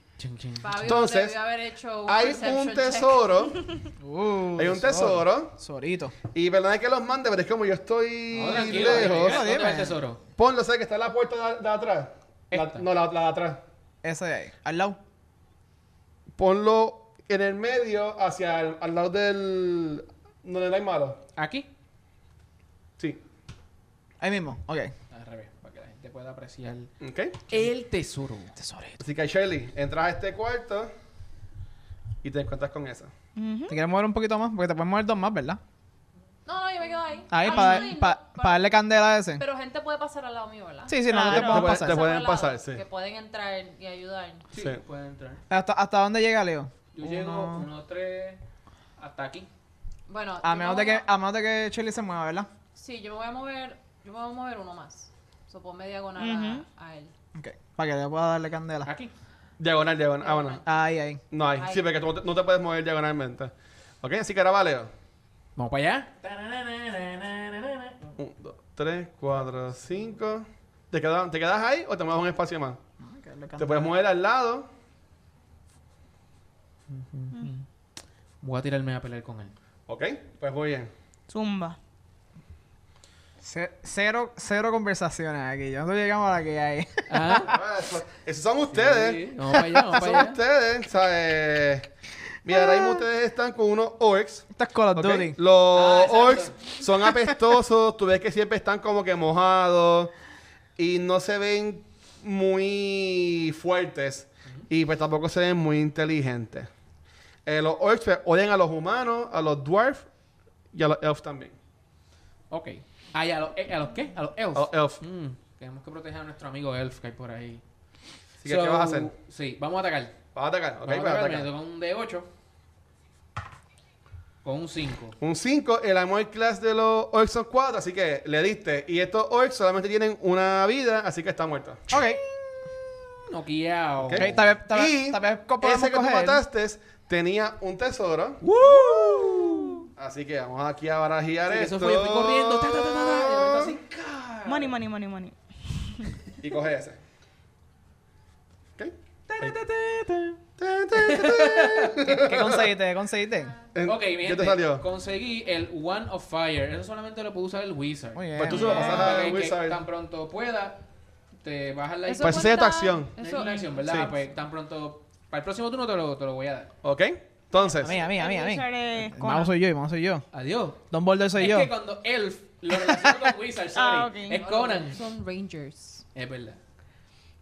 Fabio
Entonces,
debió haber hecho un
Hay
perception
un
check.
tesoro,
Uh,
hay un tesoro.
Sorito.
Y verdad que los mande, pero es como yo estoy
No, tranquilo, tranquilo,
lejos.
¿dónde está
Dime.
el tesoro?
Ponlo, ¿sabes que está en la puerta de, de atrás? La-
Esta.
no, la, la de atrás.
Ese de ahí. Al lado.
Ponlo en el medio, hacia el, al lado del. donde no hay malo.
Aquí.
Sí.
Ahí mismo. Ok.
Al revés, para que la gente pueda apreciar
¿Ok?
el tesoro.
Tesorito.
Así que Shirley, entras a este cuarto y te encuentras con eso.
¿Te quieres mover un poquito más? Porque te puedes mover dos más, ¿verdad?
No, no, yo me quedo ahí.
Ahí,
Ah,
para,
yo estoy-
pa- para darle candela a ese.
Pero gente puede pasar al lado mío, ¿verdad?
Sí, sí, no, no te
Claro.
podemos
Te puede-
pasar.
te pueden
al lado,
pasar, sí.
Que pueden entrar y ayudar.
Sí,
Sí.
puede entrar.
¿Hasta, ¿Hasta dónde llega Leo?
Yo llego uno, tres, hasta aquí.
Bueno,
A
yo
menos,
me
de
voy
que,
a-
a menos de que Shirley se mueva, ¿verdad?
Sí, yo me voy a mover. Yo me voy a mover uno más. So, ponme diagonal a, a él.
Ok. Para que Leo pueda darle candela.
Aquí.
Diagonal, diagonal. Ah, bueno.
Ahí, ahí.
No hay. Sí, porque tú no te puedes mover diagonalmente. Ok, así que ahora va, Leo.
Vamos para allá.
1, 2, 3, 4, 5. ¿Te quedas, ¿Te quedas ahí o te mueves un espacio más?
Hay que darle
Te
candela.
puedes mover al lado.
Voy a tirarme a pelear con él.
Ok, pues muy bien.
Zumba.
Ce- Cero, cero conversaciones aquí. Ya no llegamos a la que hay.
Ah,
Ah, eso- Esos son ustedes.
sí, Vamos para allá, vamos
Esos son
para allá.
ustedes. O sea, eh, mira, ahora mismo ustedes están con unos orcs.
Esto es Call of
¿ok?
Duty.
Los
Ah, exacto.
orcs son apestosos. Tú ves que siempre están como que mojados. Y no se ven muy fuertes. Y pues tampoco se ven muy inteligentes. Eh, los orcs pues, odian a los humanos, a los dwarfs y a los elfos también.
Ok. Ah, ¿y a los, eh, ¿a los qué? A los elfos.
A los elfos.
Mm, tenemos que proteger a nuestro amigo elf que hay por ahí.
Así que, ¿qué
So,
vas a hacer?
Sí, vamos a atacar.
Vas a atacar. Ok,
vamos a
vas a
atacar. Me
atacar.
toca un D8. Con un 5.
Un 5, el amor class de los orcs son 4, así que le diste. Y estos orcs solamente tienen una vida, así que está muerta.
Ok.
Noqueado.
Ok.
Ok, tal vez, tal vez,
y
tal vez co- podemos
ese que tú
coger-
mataste tenía un tesoro. Así que vamos aquí a barajear
Así que
esto.
Eso fue, yo fui corriendo. Ta, ta, ta, ta, ta, y de momento así, ca.
Money, money, money, money.
Y coge ese. Ok.
¿Qué, qué conseguiste? ¿Qué conseguiste?
En-
Ok, mi
¿Qué
gente,
te salió?
conseguí el One of Fire. Eso solamente lo puede usar el Wizard.
Muy bien.
Pues tú se
muy
lo
bien.
pasas a-
Ok, que
Wizard.
Tan pronto pueda, te bajas la
Eso
Pues esa es tu
cuenta-
acción.
No hay
eso-
ninguna acción, ¿verdad?
Sí.
Ah, Pues tan pronto. Para el próximo turno te lo, te lo voy a dar.
Ok. Entonces,
A mí, a mí, a mí, a mí.
Richard es
El
Conan.
Mago soy yo, el mago soy yo.
Adiós.
Don Boulder soy
es
yo.
que cuando Elf lo relaciona con Wizard, sorry.
Ah, ok.
Es Conan.
Son Rangers.
Es verdad.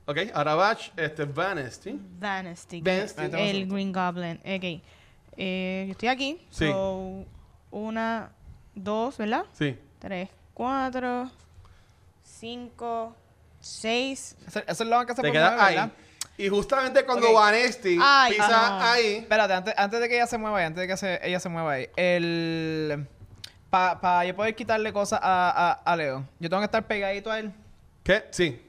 ok, ahora Batch, este, Vanesti.
Vanastic.
Vanesti.
El Green Goblin. Ok. Eh, yo estoy aquí.
Sí.
So, una, dos, ¿verdad?
Sí.
Tres, cuatro, cinco, seis.
Eso, eso es lo que se
Te
puede
quedas
mover,
ahí.
¿verdad?
Y justamente cuando
Ok.
Vanesti
Ay,
pisa
ajá.
ahí,
Espérate, antes, antes de que ella se mueva ahí, antes de que se- ella se mueva ahí. El... Para pa yo poder quitarle cosas a, a, a Leo, yo tengo que estar pegadito a él.
¿Qué? Sí.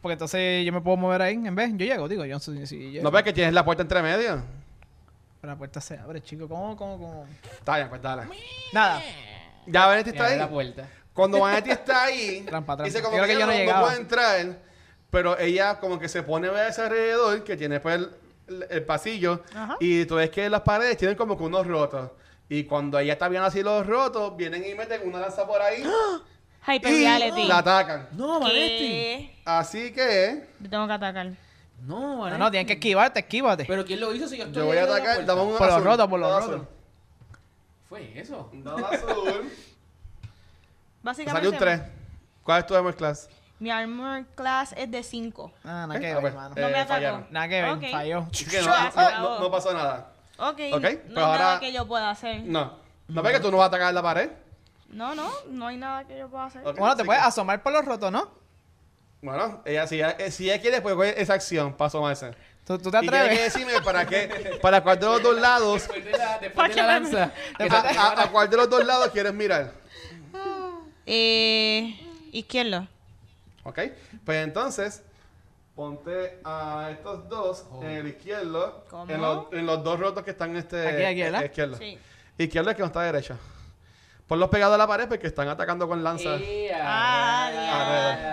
Porque entonces yo me puedo mover ahí en vez. Yo llego, digo, yo no sé si llego.
No ves que tienes la puerta entre medio.
Pero la puerta se abre, chico. ¿Cómo, cómo, cómo?
Está bien, pues dale.
Nada.
Ya Vanetti
Te
está
la
ahí.
puerta.
Cuando Vanetti está ahí,
Trampa, trampa.
dice como
Yo
que,
creo que yo no
ella no, no
llegaba.
puede entrar, pero ella como que se pone a ver a ese alrededor que tiene pues el, el pasillo y tú ves que las paredes tienen como que unos rotos. Y cuando ella está viendo así los rotos, vienen y meten una lanza por ahí y
Hyperreality.
la atacan.
No, Vanetti.
¿Qué?
Así que
Yo tengo que atacar.
No,
No,
Vanetti.
no, tienes que esquivarte, esquívate.
Pero ¿quién lo hizo si yo estoy
yo voy a
ahí de la
atacar.
puerta?
Dame un
Por los
azul,
rotos, por los
dame
rotos.
azul.
Fue eso.
Dame azul. Me
Básicamente.
salió un 3. ¿Cuál es tu armor class?
Mi armor class es de 5.
Ah, nada
Eh,
que
ah,
ver,
pues,
hermano.
eh,
No me atacó.
fallaron.
Nada que ver,
ok.
falló.
Así que no,
Chua, se
no-
acabó.
no- no pasó nada.
Ok.
Ok,
no hay
pues ahora-
nada que yo pueda hacer.
No. No ves que tú no vas a atacar la pared.
No, no, no hay nada que yo pueda hacer.
Ok,
Bueno, te
así
puedes
que-
asomar por los rotos, ¿no?
Bueno, ella, si, ella, eh, si ella quiere, pues coge esa acción, paso más.
¿Tú, tú te
Y tiene que
atreves?
decirme para qué, para cuál de los dos lados,
Después de la, después de la lanza.
a, a- a cuál de los dos lados quieres mirar.
Eh, izquierdo.
¿Ok? Pues entonces, ponte a estos dos en el izquierdo,
¿Cómo?
en los, en los dos rotos que están este
Aquí, aquí, ¿verdad?
eh, izquierdo.
Sí.
Izquierdo es que no está derecho. Ponlos pegados a la pared porque están atacando con lanzas
Ea,
Ah,
ea,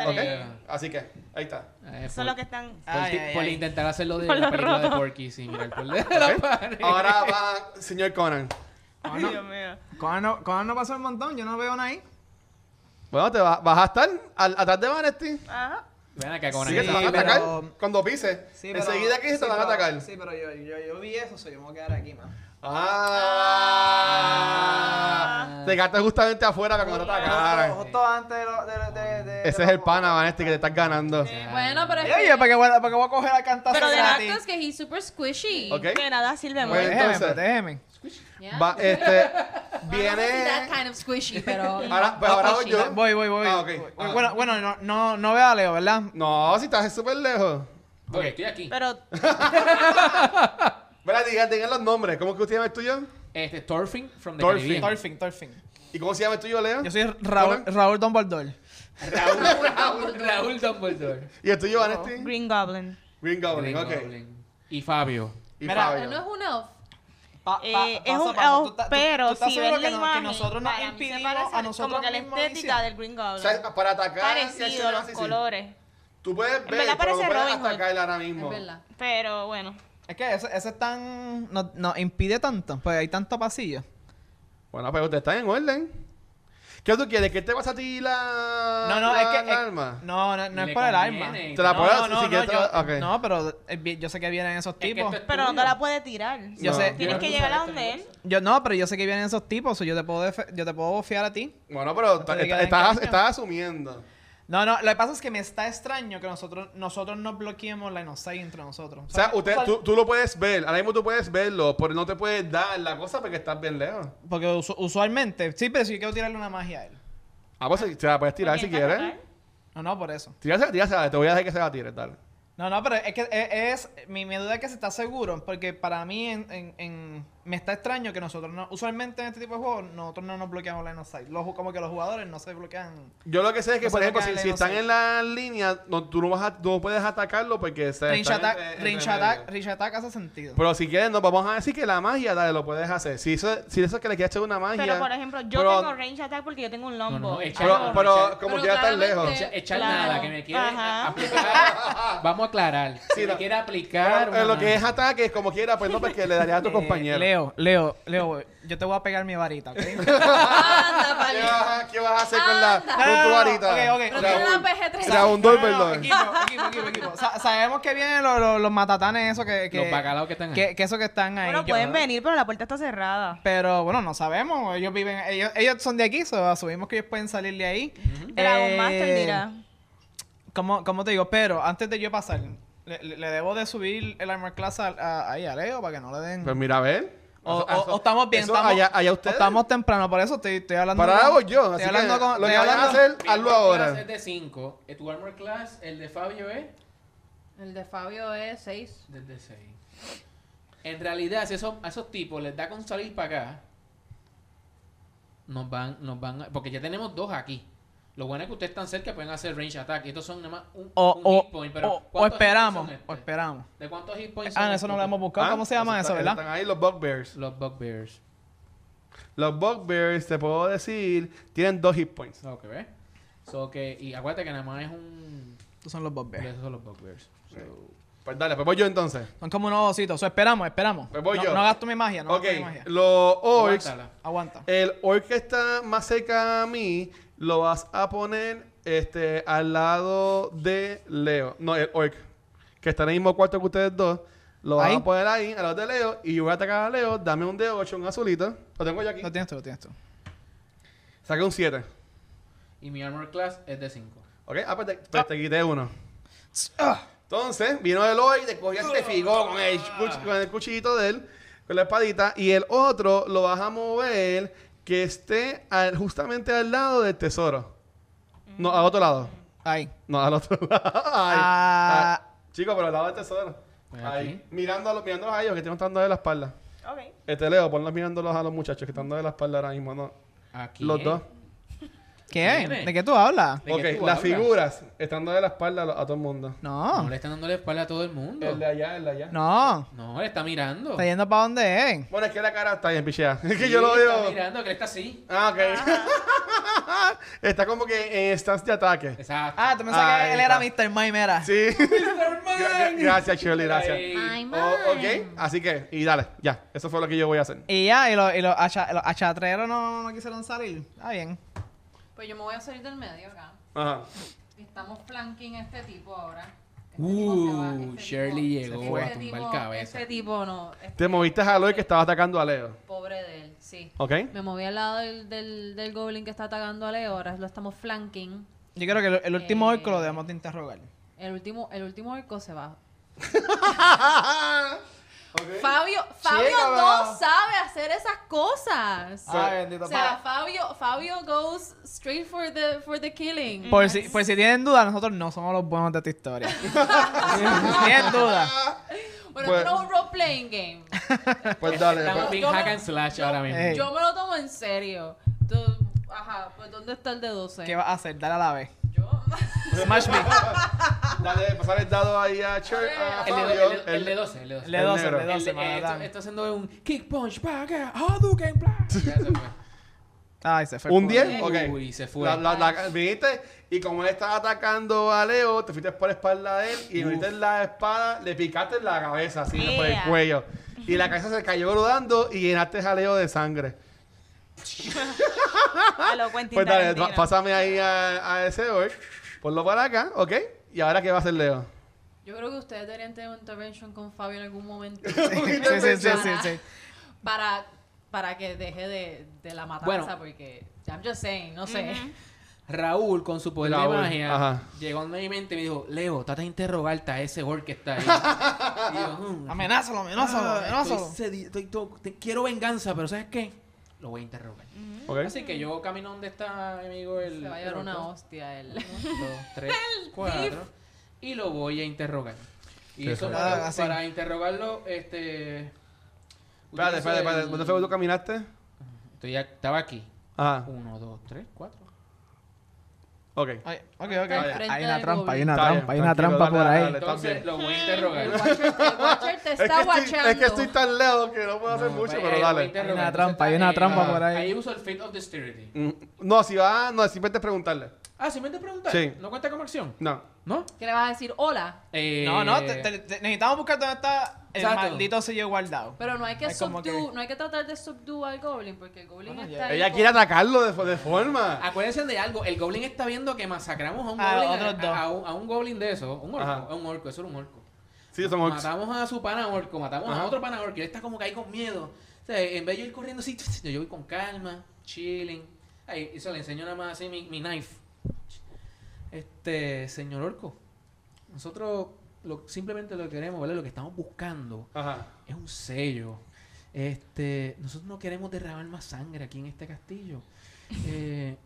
alrededor.
ea.
¿Ok? Así que, ahí está.
Eh,
Son los que están.
Por,
Ay,
ti-
ay,
por
ay.
intentar hacerlo de
Por
la
los
película de
rotos.
Porky sin mirar por de la pared.
Ahora va, señor Conan.
Conan
Ay,
Ah, no-
Dios mío.
Conan no, Conan no pasó el montón, yo no veo nada ahí.
Bueno, te va- vas a estar al- atrás de Vanesti.
Ajá.
Ven acá con
Así que
ahí.
te van a
pero-
atacar cuando pise. Enseguida que se te van a atacar.
Sí, pero yo, yo, yo vi eso, so yo me voy a quedar aquí, man.
Ah. Te quedaste justamente afuera para que no te atacaran.
Justo antes de, lo- de, de, de- de
Ese es el
los-
pana, Vanesti, que te estás ganando.
Ah.
Bueno, pero es
Oye, oye,
que-
¿para qué voy a- para qué voy a coger al cantazo
Pero de
gratis?
acto es que he's super squishy.
Ok.
De nada sirve
Bueno,
mucho.
Déjeme,
Pues entonces-
protégeme.
Yeah.
Va, este,
No sé si that
viene...
kind of squishy, pero...
Ahora, pues ahora voy yo.
Voy, voy, voy.
Ah, ok.
Voy.
Ah.
Bueno, bueno, no, no, no veo a Leo, ¿verdad?
No, si estás súper lejos.
Ok, estoy aquí.
Pero
Verá, digan, digan los nombres. ¿Cómo es que usted llama el tuyo?
Este, Thorfinn from the
Thorfinn.
Caribbean.
Torfin, Torfin.
¿Y cómo se llama el tuyo, Leo?
Yo soy Raúl,
Conan.
Raúl Dumbledore.
Raúl, Raúl Dumbledore.
¿Y el tuyo, Vanesti?
Green Goblin.
Green Goblin,
Green
ok.
Goblin. Y Fabio.
Y
Mira,
Pero Ah, no es
Fabio.
un elf.
Pa-
Eh,
pa-
es
paso,
un
paso.
elf,
Tú estás- tú-
pero
tú estás
si
seguro
ves la
que no-
imagen,
que nosotros nos
para mí se
impidimos
parece
a nosotros
como que la
mismos
estética
iniciar.
del Green Goblin.
O sea, para atacar... y hacer
Parecido, los
así, sí.
colores.
Tú puedes ver,
verdad
pero no
parece
puedes
Robin Hood.
atacarla ahora
Es
mismo.
verdad.
Pero bueno.
Es que ese, ese es tan... Nos nos impide tanto, pues hay tanto pasillo.
Bueno, pero ustedes están en orden. ¿Qué tú quieres? ¿Que te vas a ti la...
No, no,
la-
es que...
la
es-
arma?
No, no, no es
Le
por el
conviene.
arma.
Te
la puedo
no,
dar,
no,
si quieres
no,
te la-
yo-
ok.
no, pero eh, vi- yo sé que vienen esos
Es que
tipos.
esto es
Pero no te
tuyo.
la puede tirar.
Yo
No.
sé...
Tienes que llegar a donde él.
Yo no, pero yo sé que vienen esos tipos, o yo te puedo def- yo te puedo fiar a ti.
Bueno, pero
te
ta-
diga
está-
de
estás,
cariño.
estás asumiendo.
No, no, lo que pasa es que me está extraño que nosotros nosotros no bloqueemos la inocencia entre nosotros.
O sea, usted,
sal-
tú, tú lo puedes ver. Ahora mismo tú puedes verlo, pero no te puedes dar la cosa porque estás bien lejos.
Porque usu- usualmente, sí, pero si yo quiero tirarle una magia a él.
Ah, pues se la puedes tirar si
Porque entra a
quieres.
atacar.
No, no, por eso.
Tírasela, tírasela. Te voy a dejar que se la tires, dale.
No, no, pero es que es, es- mi, mi duda es que se está seguro, porque para mí en, en- en- me está extraño que nosotros no, usualmente en este tipo de juegos nosotros no nos bloqueamos la inocencia. Los ju- como que los jugadores no se bloquean.
Yo lo que sé es que,
No
por
se
ejemplo,
toca
si,
la
si están
inocencia.
en la línea, no, tú no, vas a, tú no puedes atacarlo porque se
Range
están en-
attack,
en- en
range
medio.
attack, range attack hace sentido.
Pero si quieres, nos vamos a decir que la magia, dale, lo puedes hacer. Si eso, si eso es que le quieres hacer una magia.
Pero por ejemplo, yo
pero-
tengo range attack porque yo tengo un
No,
longbow.
no, echa-
Pero,
Ah,
pero
Michelle.
como
Pero
que ya estás
claramente-
lejos.
Echa- Echar
Claro.
nada, que me quiere
Ajá.
aplicar. Vamos a aclarar. Si
Sí,
me
no.
quiere aplicar.
Pero, eh,
una
lo que es ataque, como quiera, pues no, porque le darías a tu
Eh,
compañero.
Leo, Leo, Leo, yo te voy a pegar mi varita, ¿ok?
Ah, Anda,
¿Qué
vale.
vas, a- qué vas a hacer con la
Anda.
con tu varita?
Ok, ok,
Pero
ok.
tiene
Raúl.
una PG-13.
Raúl
No, no, no,
Dumbledore.
equipo, equipo, equipo, equipo. Sa- sabemos que vienen los, los, los matatanes esos que, que
Los bacalaos que están ahí.
que, que esos que están ahí.
Bueno,
Yo-
pueden venir, pero la puerta está cerrada.
Pero bueno, no sabemos. Ellos viven, ellos, ellos son de aquí, so, asumimos que ellos pueden salir de ahí.
Dragon
Eh,
Master dirá.
¿cómo, cómo te digo? Pero antes de yo pasar, le, le- le debo de subir el armor class a, a- ahí a Leo para que no le den.
Pues mira, a ver.
o,
Eso-
o- o estamos bien,
eso
estamos,
allá, allá
o
ustedes.
estamos temprano, por eso estoy, estoy hablando.
Para
con-
ahora voy yo.
Estoy
Así
hablando
que
con-
lo que
estoy
vayas a
hablando-
hacer,
Mi
hazlo
armor class
ahora.
Es de 5. Tu armor class, el de Fabio es
El de Fabio es 6.
del de 6. En realidad, si eso- a esos tipos les da con salir para acá, nos van, nos van a- Porque ya tenemos dos aquí. Lo bueno es que ustedes están cerca pueden hacer range attack. Y estos son nada más un,
O,
un
o,
hit point. Pero
o, o
¿cuántos hit points
esperamos,
son estos?
o esperamos.
¿De cuántos hit points son
Ah, eso no
estos?
lo hemos buscado.
Ah,
¿Cómo se llama eso,
está-
verdad?
Están ahí los Bugbears.
Los Bugbears.
Los Bugbears, te puedo decir, tienen dos hit points.
Ok, ¿ves? So que, y acuérdate que nada más es un...
Estos son los Bob Bear.
Esos son los Bugbears. So,
Pues dale, pues voy yo entonces.
Son como unos ositos. So, esperamos, esperamos.
Pues voy
no,
yo.
no gasto mi magia, no
ok,
gasto mi magia.
los orcs.
Aguántala.
Aguanta.
El orc que está más cerca a mí lo vas a poner este, al lado de Leo. No, el orc. Que está en el mismo cuarto que ustedes dos. Lo vas
Ahí.
a poner ahí, al lado de Leo. Y yo voy a atacar a Leo. Dame un D8, un azulito. Lo tengo yo aquí.
Lo tienes tú, lo tienes tú.
Saqué un 7.
Y mi armor class es de 5.
¿Ok? Ah, pues te, pues te quité uno. Entonces, vino el orc, te cogió y te figó este con el, cuch- con el cuchillito de él, con la espadita. Y el otro lo vas a mover que esté al- justamente al lado del tesoro. No, al otro lado.
Ahí.
No, al otro lado. Ay,
Ah.
ay. Chico, pero al lado del tesoro.
Pues
Ahí.
aquí.
Mirándolos, mirándolos a ellos que te están dando de la espalda.
Ok.
Este Leo, ponlos mirándolos a los muchachos que están dando de la espalda ahora mismo, ¿no?
Aquí.
Los dos.
¿Qué?
Viene.
¿De qué tú hablas?
¿De
Ok,
qué tú
las
hablas?
figuras están dando de la espalda a, lo- a todo el mundo.
No
No.
le están dando la espalda a todo el mundo.
El de allá, el de allá.
No.
No, le está mirando.
Está yendo para donde es.
Bueno, es que la cara está bien pichea. Es que
Sí,
yo lo
Está
veo.
mirando que él está así.
Ah, ok. está como que en stance de ataque.
Exacto.
Ah, tú pensabas
Ahí
que él era
está.
Mr. Mimera.
Sí. Gra-
Superman.
gra- gracias, Shirley, gracias.
Ay.
Ay,
O-
man.
ok, así que, y dale, ya. Eso fue lo que yo voy a hacer.
Y ya, y los, y los, hacha- los achatreros no, no quisieron salir. Está bien.
Pues yo me voy a salir del medio acá.
Ajá.
Estamos flanking a este tipo ahora. Este tipo se va, este
Uh,
tipo-
Shirley llegó
este
a tumbar
tipo-
cabeza.
Este tipo no. este
Te moviste a Aloy que estaba atacando a Leo.
pobre de él, sí.
¿Ok?
Me moví al lado del, del, del goblin que está atacando a Leo, ahora lo estamos flanking.
Yo creo que el, el último
Eh.
orco lo debemos de interrogar.
El último, el último orco se va.
Ok.
Fabio, Fabio
Chica, va.
no sabe hacer esas cosas.
Ay, bendito
O sea, Fabio, Fabio goes straight for the for the killing.
Por
mm.
si, por si tienen dudas, nosotros no somos los buenos de esta historia. Si tienen dudas.
bueno,
Pues-
esto no es un role playing game.
Pues dale.
Estamos
pues-
bien hack and slash ahora mismo.
Ey.
Yo me lo tomo en serio. Tú- ajá, pues ¿dónde está el de 12?
¿Qué vas a hacer? Dale a la vez.
Yo-
pues.
Smash me.
dale, pasar el dado ahí a Shirley. A
El
Fabio.
de, el, de- el de
El-
12, el de 12.
El de
El
12,
negro.
el de
El de- eh,
12,
esto,
maratón.
esto haciendo un kick punch, paga, Hadouken, bla. Ya se fue.
Ay, se fue.
¿Un
por-
10? Ok.
Uy, se fue.
La, la- la- viniste y como él estaba atacando a Leo, te fuiste por la espalda de él y
Uf.
metiste la espada, le picaste en la cabeza, así, por el
Ea.
cuello. Y la cabeza se cayó grudando y llenaste a Leo de sangre.
A lo Quentin
Pues dale,
Tarantino.
pa- pásame ahí a, a ese orc, ponlo para acá, ¿ok? Y ahora, ¿qué va a hacer Leo?
Yo creo que ustedes deberían tener una intervention con Fabio en algún momento.
Sí, sí, sí, sí, sí.
Para, para que deje de, de la matanza,
Bueno.
porque I'm just saying, no sé.
Raúl, con su poder
Raúl,
de magia,
ajá.
llegó a mi mente y me dijo: Leo, trata de interrogarte a ese orc que está ahí. y yo, "Mm,
Amenázalo, amenázalo,
ah,
amenázalo.
estoy sedi- estoy to- te- quiero venganza, pero ¿sabes qué? Lo voy a interrogar.
¿Ok?
Así que yo camino donde está mi amigo el.
Se va a llevar
el
una
orco.
hostia él.
Uno, dos, tres, cuatro. Y lo voy a interrogar. Y
Sí,
eso
sí.
para,
Ah, así.
para interrogarlo, este.
Espérate,
utilizo
espérate, espérate.
el-
¿Dónde fue que tú caminaste?
Estoy a- estaba aquí.
Ajá,
Uno, dos, tres, cuatro.
ok.
Ay, ok, ok.
Al frente
Hay una
del
trampa, hay una
Está bien,
trampa, hay una
tranquilo,
trampa por
dale,
ahí.
dale. Estás
Entonces
bien.
lo voy a
El
interrogar.
Watcher, el Watcher te
Es que,
está
estoy,
guachando.
es que estoy tan lejos que no puedo hacer
No,
mucho,
pues,
pero
eh, lo voy a
dale.
interrogar.
Hay una
Entonces,
trampa, hay
eh,
una trampa
ah,
por ahí.
Ahí uso el Fit of Dexterity.
Mm, No, si va, no, simplemente es preguntarle.
Ah, si me te preguntas,
Sí.
¿no cuenta como acción?
No.
¿No?
¿Qué le vas a decir? Hola.
Eh,
No, no, te- te- te- necesitamos buscar dónde está el
Exacto.
maldito sello guardado.
Pero no hay que
Ay, como que-
subdu- no hay que tratar de subduar al goblin, porque el goblin
Bueno,
está ahí
Ella
con-
quiere atacarlo de, fo- de forma.
Acuérdense de algo, el goblin está viendo que masacramos a un
A
goblin,
otros dos.
a, a un, a un goblin de eso, un orco,
Ajá.
a un orco, eso era un orco.
Sí, son orcs.
Matamos a su pana orco, matamos
Ajá.
a otro pana orco, y él está como que ahí con miedo. O sea, en vez de yo ir corriendo así, yo voy con calma, chilling. Ahí, eso le enseño nada más así mi, mi knife. Este, señor orco, nosotros lo- simplemente lo que queremos, ¿vale? Lo que estamos buscando
Ajá.
es un sello. Este, nosotros no queremos derramar más sangre aquí en este castillo. Eh,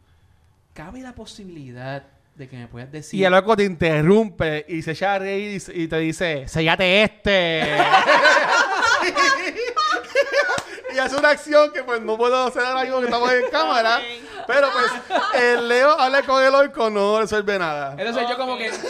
cabe la posibilidad de que me puedas decir.
Y el loco te interrumpe y se echa a reír y se- y, te dice, sellate este. y hace una acción que pues no puedo hacer ahora mismo que estamos en cámara. Pero pues, el Leo habla con el orco, no resuelve nada.
Entonces yo como que...
Sí.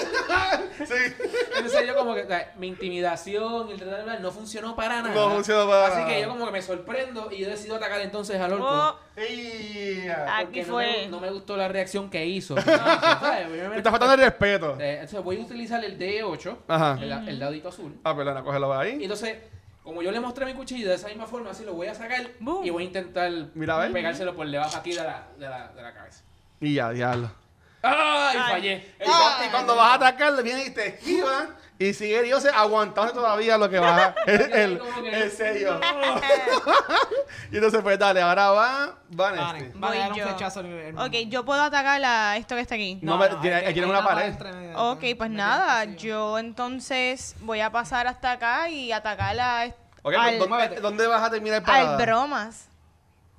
Entonces yo como que... o sea, mi intimidación y el tratar de hablar no funcionó para nada.
No funcionó para
Así
nada.
que yo como que me sorprendo y yo decido atacar entonces al orco.
Oh,
Ey,
porque
aquí
no me-
fue.
No me, gustó la reacción que hizo. pues, ¿sabes? Yo
Te
me-
está faltando el respeto.
Eh, entonces voy a utilizar el D8,
Ajá.
el, el dadito azul.
Ah, perdona, cógelo
Y
ahí.
entonces, como yo le mostré mi cuchillo de esa misma forma, así lo voy a sacar
Boom.
y voy a intentar
Mira, a ver.
pegárselo por debajo aquí de la, de la, de la cabeza.
Y ya, diablo.
¡Ay! Fallé.
Y,
Ah.
cu- y cuando vas a atacar, le viene y te esquivan. Y sigue Dios aguantando todavía lo que va el, el, el sello. y entonces, pues dale, ahora va Vanesti.
Van a dar un
yo.
flechazo a mi hermano.
Oh, Ok, yo puedo atacar a esto que está aquí.
No, pero tiene-
hay que-
tiene
hay
una pared.
entre medio.
Ok, pues
Me
nada,
quedo vacío.
yo entonces voy a pasar hasta acá y atacar a est-
Ok,
al,
¿dó- ¿dónde, dónde vas a terminar el parada?
al bromas.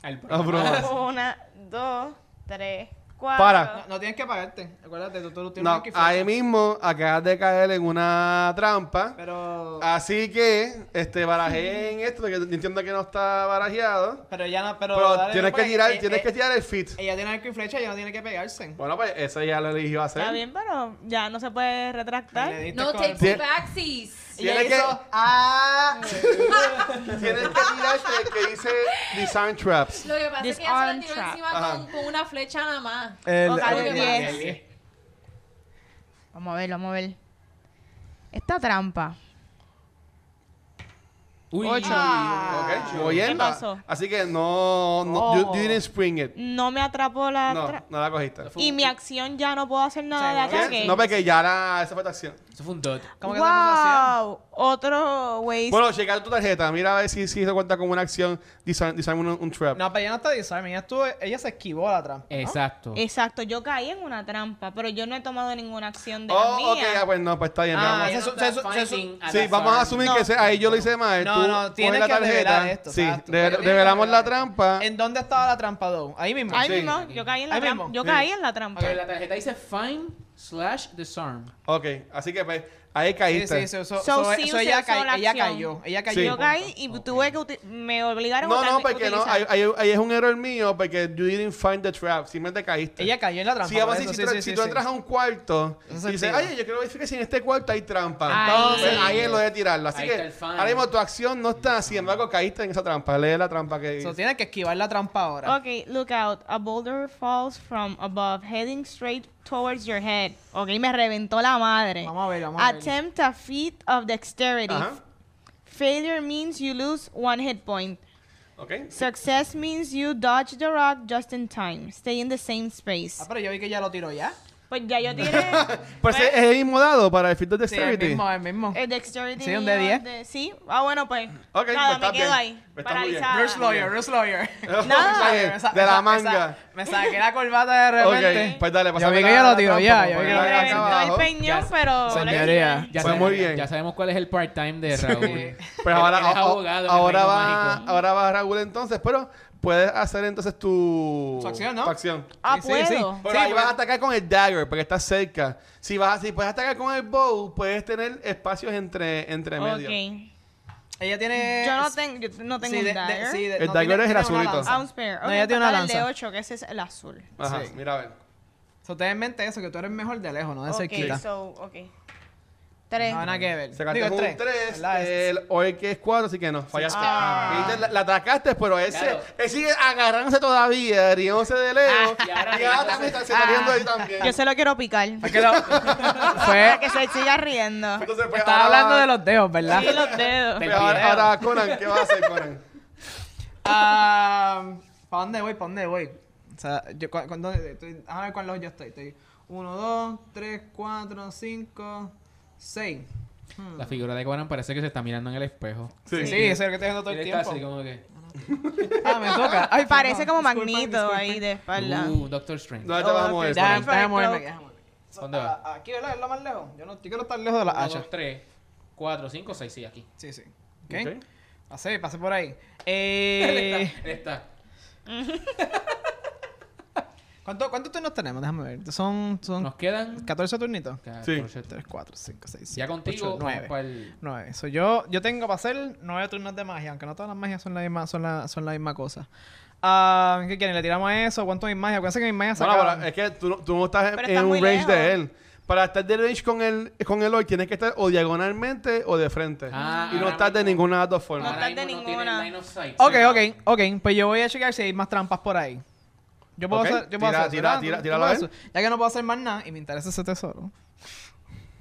Al-
Ah, bromas.
Una, dos, tres, cuatro.
Para.
No, no tienes que pagarte. Acuérdate, tú, tú tienes
No,
que
ahí mismo acabas de caer en una trampa.
Pero.
Así que, este, barajeen esto, que entiendo que no está barajeado.
Pero ya no. Pero,
Pero
dale,
tienes
no,
que
pues,
tirar,
eh,
tienes
eh,
que tirar el fit.
Ella tiene arco y flecha, ella no tiene que pegarse.
Bueno, pues eso ya lo eligió hacer.
Está bien, pero ya no se puede retractar.
No
te
takes backsies.
Tienes que,
¡Ah!
tienes que tirarte el que dice Design Traps.
Lo que pasa es que ella se la
Disarm
tiró
trap.
encima con, con una flecha nada más.
Ok,
el-
diez.
el-
Vamos a ver, vamos a ver. Esta trampa.
Uy,
Ocho. Ah.
Ok, muy bien.
¿Qué pasó?
Ah. Así que no, no you, you didn't spring it.
No me atrapó Oh. la
No,
tra-
no la cogiste. ¿Qué?
Y mi acción ya no puedo hacer nada de
¿Seguro?
ataque.
No, porque ya la, esa fue tu acción.
Eso fue un dot.
¿Cómo que esa
wow, otro waste.
Bueno, checa tu tarjeta, mira a ver si, si se cuenta como una acción Design, design un, un trap.
No, pero ella no está disarm, ella estuvo, ella se esquivó la trampa.
Exacto.
Exacto, yo caí en una trampa, pero yo no he tomado ninguna acción de la
oh, ok,
mía.
ah, pues no, pues está bien.
Ah,
vamos.
ya se- se- se- se-
Sí, vamos a asumir que ese- ahí yo lo hice mal.
No,
Tú
no,
coges
tienes
la
que
tarjeta.
revelar esto,
sí,
exacto.
de-
Tienes que
revelamos la
revelar.
trampa.
¿En dónde estaba la trampa, Doe? Ahí mismo.
Ahí
Sí.
mismo, yo caí en la
Ahí
trampa.
mismo.
Yo
Sí.
caí en la trampa.
la tarjeta dice find slash disarm.
Ok, así que pues ahí
Sí,
caíste.
sí, sí, so-
So,
so-
sí
so
usé
ella,
solo
cay- ella
acción.
cayó. Ella cayó.
Sí.
Yo caí y tuve que uti- me obligaron
No,
a
no,
uti-
porque no,
utilizar.
ahí, ahí- ahí es un error mío porque you didn't find the trap, simplemente caíste.
Ella cayó en la trampa.
si, vamos
por
a decir,
eso, sí,
si, tú,
sí,
si
sí,
tú
sí.
entras a un cuarto
Eso es
y dices,
sentido.
ay, yo quiero verificar si en este cuarto hay trampa.
Ahí.
Entonces ahí es lo de tirarlo. Así
Ahí está
que
el fan.
ahora mismo tu acción no está, sin embargo caíste en esa trampa. Lee la trampa que
So, tienes que esquivar la trampa ahora.
Ok, look out. A boulder falls from above, heading straight towards your head. Ok, me reventó la madre.
Vamos a ver, vamos a ver.
Attempt a feat of dexterity.
Ajá.
Failure means you lose one hit point.
Ok. Pues
Success means you dodge the rock just in time. Stay in the same
Ah,
space.
pero yo vi que ella lo tiró ya.
Pues ya yo tiré
Pues es es el mismo dado para el field of
Sí, el
dexterity.
mismo, el mismo.
el dexterity.
Sí, un de
mío
10.
de- sí. Ah, bueno, pues.
Ok, pues
nada,
está
me quedo
bien.
ahí.
Pues está muy bien.
paralizada.
Rush lawyer, rush lawyer.
Está bien,
Me sa-
de
me sa- me
la
sa-
manga.
Me saqué la corbata de repente.
Ok, pues dale,
Ya vi que ya lo tiró, ya, ya vi que
Me
lo tiró.
acá
reventó
abajo.
el peñón,
Ya-
pero.
Señoría.
Ya
Fue
sabemos,
muy bien.
Ya sabemos cuál es el part-time de Raúl.
Sí.
Pues ahora,
Eres
a- a-
abogado en
ahora,
el reino
va,
mágico.
ahora va Raúl entonces, pero puedes hacer entonces tu,
Tu acción, ¿no?
tu acción.
Ah,
Sí, pues. sí,
puedo.
sí.
Pero
Sí,
ahí
porque-
vas a atacar con el dagger porque estás cerca. Si vas si puedes atacar con el bow, puedes tener espacios entre, entre medio.
Ok.
Ella tiene.
Yo no, tengo yo no tengo
Sí,
un
de- de-
dagger.
sí, de-
El
no,
dagger
tiene-
es el
tiene una
azulito.
lanza.
Ah, un spear.
No,
Ok,
ella tiene una
total, El de
lanza.
8, que ese es el azul.
Ajá,
Sí.
mira a ver.
So, ten en mente eso, que tú eres mejor de lejos, no de
Ok,
cerquita.
so, ok. 3.
No, nada que ver.
Sacaste
Digo, es
un
tres, eh,
3,
¿verdad? Es-
el orc es 4, así que no, fallaste.
Ah.
Viste, La, la atacaste, pero ese,
Claro.
él sigue agarrándose todavía, riéndose de lejos.
Ah,
y ahora, también está, se está riendo ahí también.
Yo se lo quiero picar.
es que lo-
Para
fue,
que se siga riendo.
Entonces, pues,
estaba
ahora-
hablando de los dedos, ¿verdad?
Y los dedos.
pues, ahora, ahora, Conan, ¿qué vas a hacer, Conan?
Ah, ¿Para dónde voy? ¿Para dónde voy? O sea, yo, cu- cu- ¿dónde estoy? Déjame ver cuál yo estoy. Estoy 1, 2, 3, 4, 5, 6.
Mm.
La figura de Conan parece que se está mirando en el espejo.
Sí, sí, eso es lo que estoy haciendo todo
Y
el
él está
tiempo.
así como que.
Ah, me toca. Ay,
Parece
perdón.
como
Disculpen,
Magneto
disculpen.
ahí de espalda.
Uh, Doctor Strange.
¿Dónde te vas a
Ok,
Ya,
mover? Conan?
Dame-
déjame
Perfecto.
moverme, déjame moverme.
¿Dónde va?
Ah, Aquí, ¿verdad? Es lo más lejos. Yo, no, yo quiero estar lejos de las
1,
hachas.
2, 3, 4, 5, 6, sí, aquí.
Sí, sí. ¿Ok?
Ok.
Pasé, pasé por ahí. Eh,
Él está.
¿cuánto- ¿Cuántos turnos tenemos? Déjame ver. Son, son
Nos quedan.
14 turnitos.
Sí.
3, 4, 5, 6, 7.
Ya contigo.
9.
para el-
9. yo, yo tengo para hacer 9 turnos de magia, aunque no todas las magias son la misma, son la, son la misma cosa. Ah, ¿Qué quieren? ¿Le tiramos a eso? ¿Cuánto mi magia? Acuérdense que mi magia
Bueno,
saca...
pero es que tú, no- tú no estás en,
Pero
en
estás
un
muy
range de
lejos.
él. Para estar de range con él, con él hoy, tienes que estar o diagonalmente o de frente.
Ah,
y no
ahora
estás de
mismo.
ninguna de las dos formas.
Ahora- de ninguna.
Ok, ok, ok. Pues yo voy a checar si hay más trampas por ahí. Yo puedo
Ok,
hacer... Yo puedo hacer
tira-
eso,
tira-
¿verdad?
tira-
Yo
tira
puedo
la
hacer- Ya que no puedo hacer más nada y me interesa ese tesoro.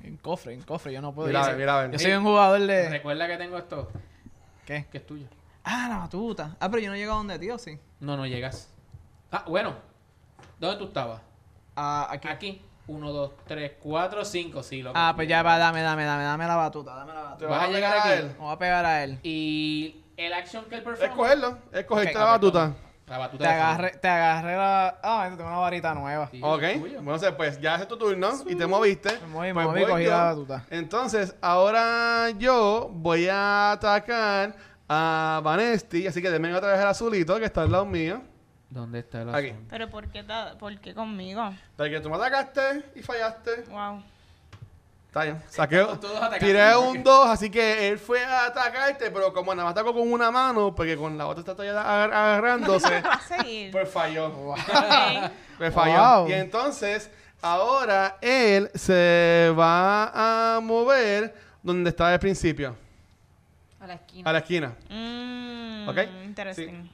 En cofre, en cofre. Yo no puedo...
Mira,
yo
a
soy-
ver, mira, a ver.
Yo soy un jugador de...
Recuerda que tengo esto,
¿Qué?
que es tuyo.
Ah, la batuta. Ah, pero yo no he llegado donde, tío, sí.
No, no llegas. Ah, bueno. ¿Dónde tú estabas?
Ah, aquí.
Aquí. 1, 2, 3, 4, 5, sí, loco.
Ah, pues ya va, dame, dame, dame, dame la batuta, dame la
Te
batuta.
vas a llegar
pegar
aquí.
él.
Me voy a pegar a él.
Y el action que él
Es
performa...
cogerlo, es cogerte
Ok,
la batuta.
La batuta
Te
de
agarré, te agarré la. Ah, mira, tengo una varita nueva.
Sí,
Ok,
es tuyo.
bueno, o sea, pues ya es tu turno y te moviste.
Me moví, me
Pues
moví,
voy
cogí
yo.
la batuta.
Entonces, ahora yo voy a atacar a Vanesti, así que denme otra vez el azulito que está al lado mío.
¿Dónde está el
Aquí.
asunto?
Pero ¿por qué, ta- por qué conmigo?
Porque tú me atacaste y fallaste.
Wow.
Está bien. Saqué,
Todos atacando.
tiré un 2, así que él fue a atacarte, pero como nada más atacó con una mano, porque con la otra está todavía agar- agarrándose,
Va a seguir.
pues falló.
Ok.
Pues falló.
Wow.
Y entonces, ahora él se va a mover donde estaba al principio,
A la esquina.
a la esquina.
Mm,
Ok,
Interesting.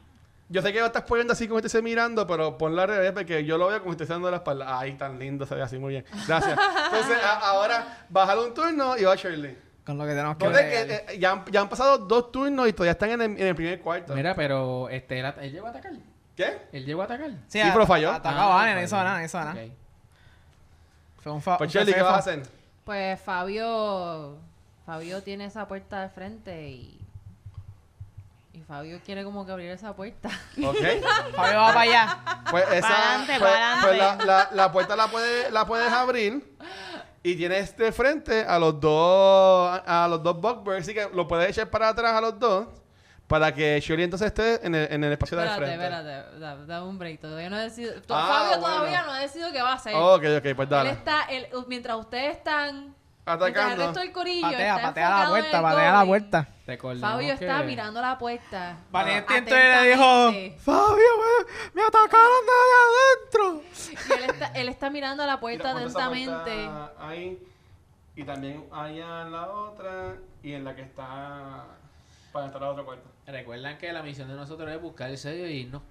Yo sé que lo estás poniendo así como estés mirando, pero ponlo al revés porque yo lo veo como estés dando la espalda. Ay, tan lindo, se ve así muy bien. Gracias. Entonces, a- ahora, bájale un turno y va Shirley.
Con lo que tenemos que
Ponte
ver.
que, eh, ya, han, ya han pasado dos turnos y todavía están en el, en el primer cuarto.
Mira, pero este, él, at- él llegó a atacar.
¿Qué?
Él llegó a atacar.
sí, pero falló.
Atacó a Vane, no hizo nada, no hizo nada.
Ah, Ok.
Fue un fa-
Pues
fue-
Shirley, ¿qué
fue-
vas a hacer?
Pues Fabio, Fabio tiene esa puerta de frente y, y Fabio quiere como que abrir esa puerta.
Ok.
Fabio va para allá.
Pues esa.
Pa'lante,
pues-
pa'lante.
pues la, la- la puerta la, puede, la puedes abrir. Y tienes de frente a los dos. A los dos Buckbirds. Así que lo puedes echar para atrás a los dos. Para que Shirley entonces esté en el, en el espacio de al
espérate,
frente.
espérate, da- dame un break. Todavía no he decidido. to-
Ah,
Fabio
Fabio
bueno.
todavía no ha decidido qué va a hacer.
Ok, ok, pues
Él
dale.
está, él- mientras ustedes están mientras el resto
Atacando.
del corillo
Patea,
está
patea la
enfocado en
puerta,
el
patea la
goblin,
puerta.
Recordemos
Fabio está
que-
mirando la puerta. Ah,
Vanetti entró y este le dijo:
atentamente.
Fabio, me, me atacaron de ahí adentro.
Y él está, él está mirando la puerta
Mira, ponte esa
atentamente.
puerta Ahí. Y también allá en la otra. Y en la que está. Para entrar a otro cuarto.
Recuerdan que la misión de nosotros es buscar el sello y irnos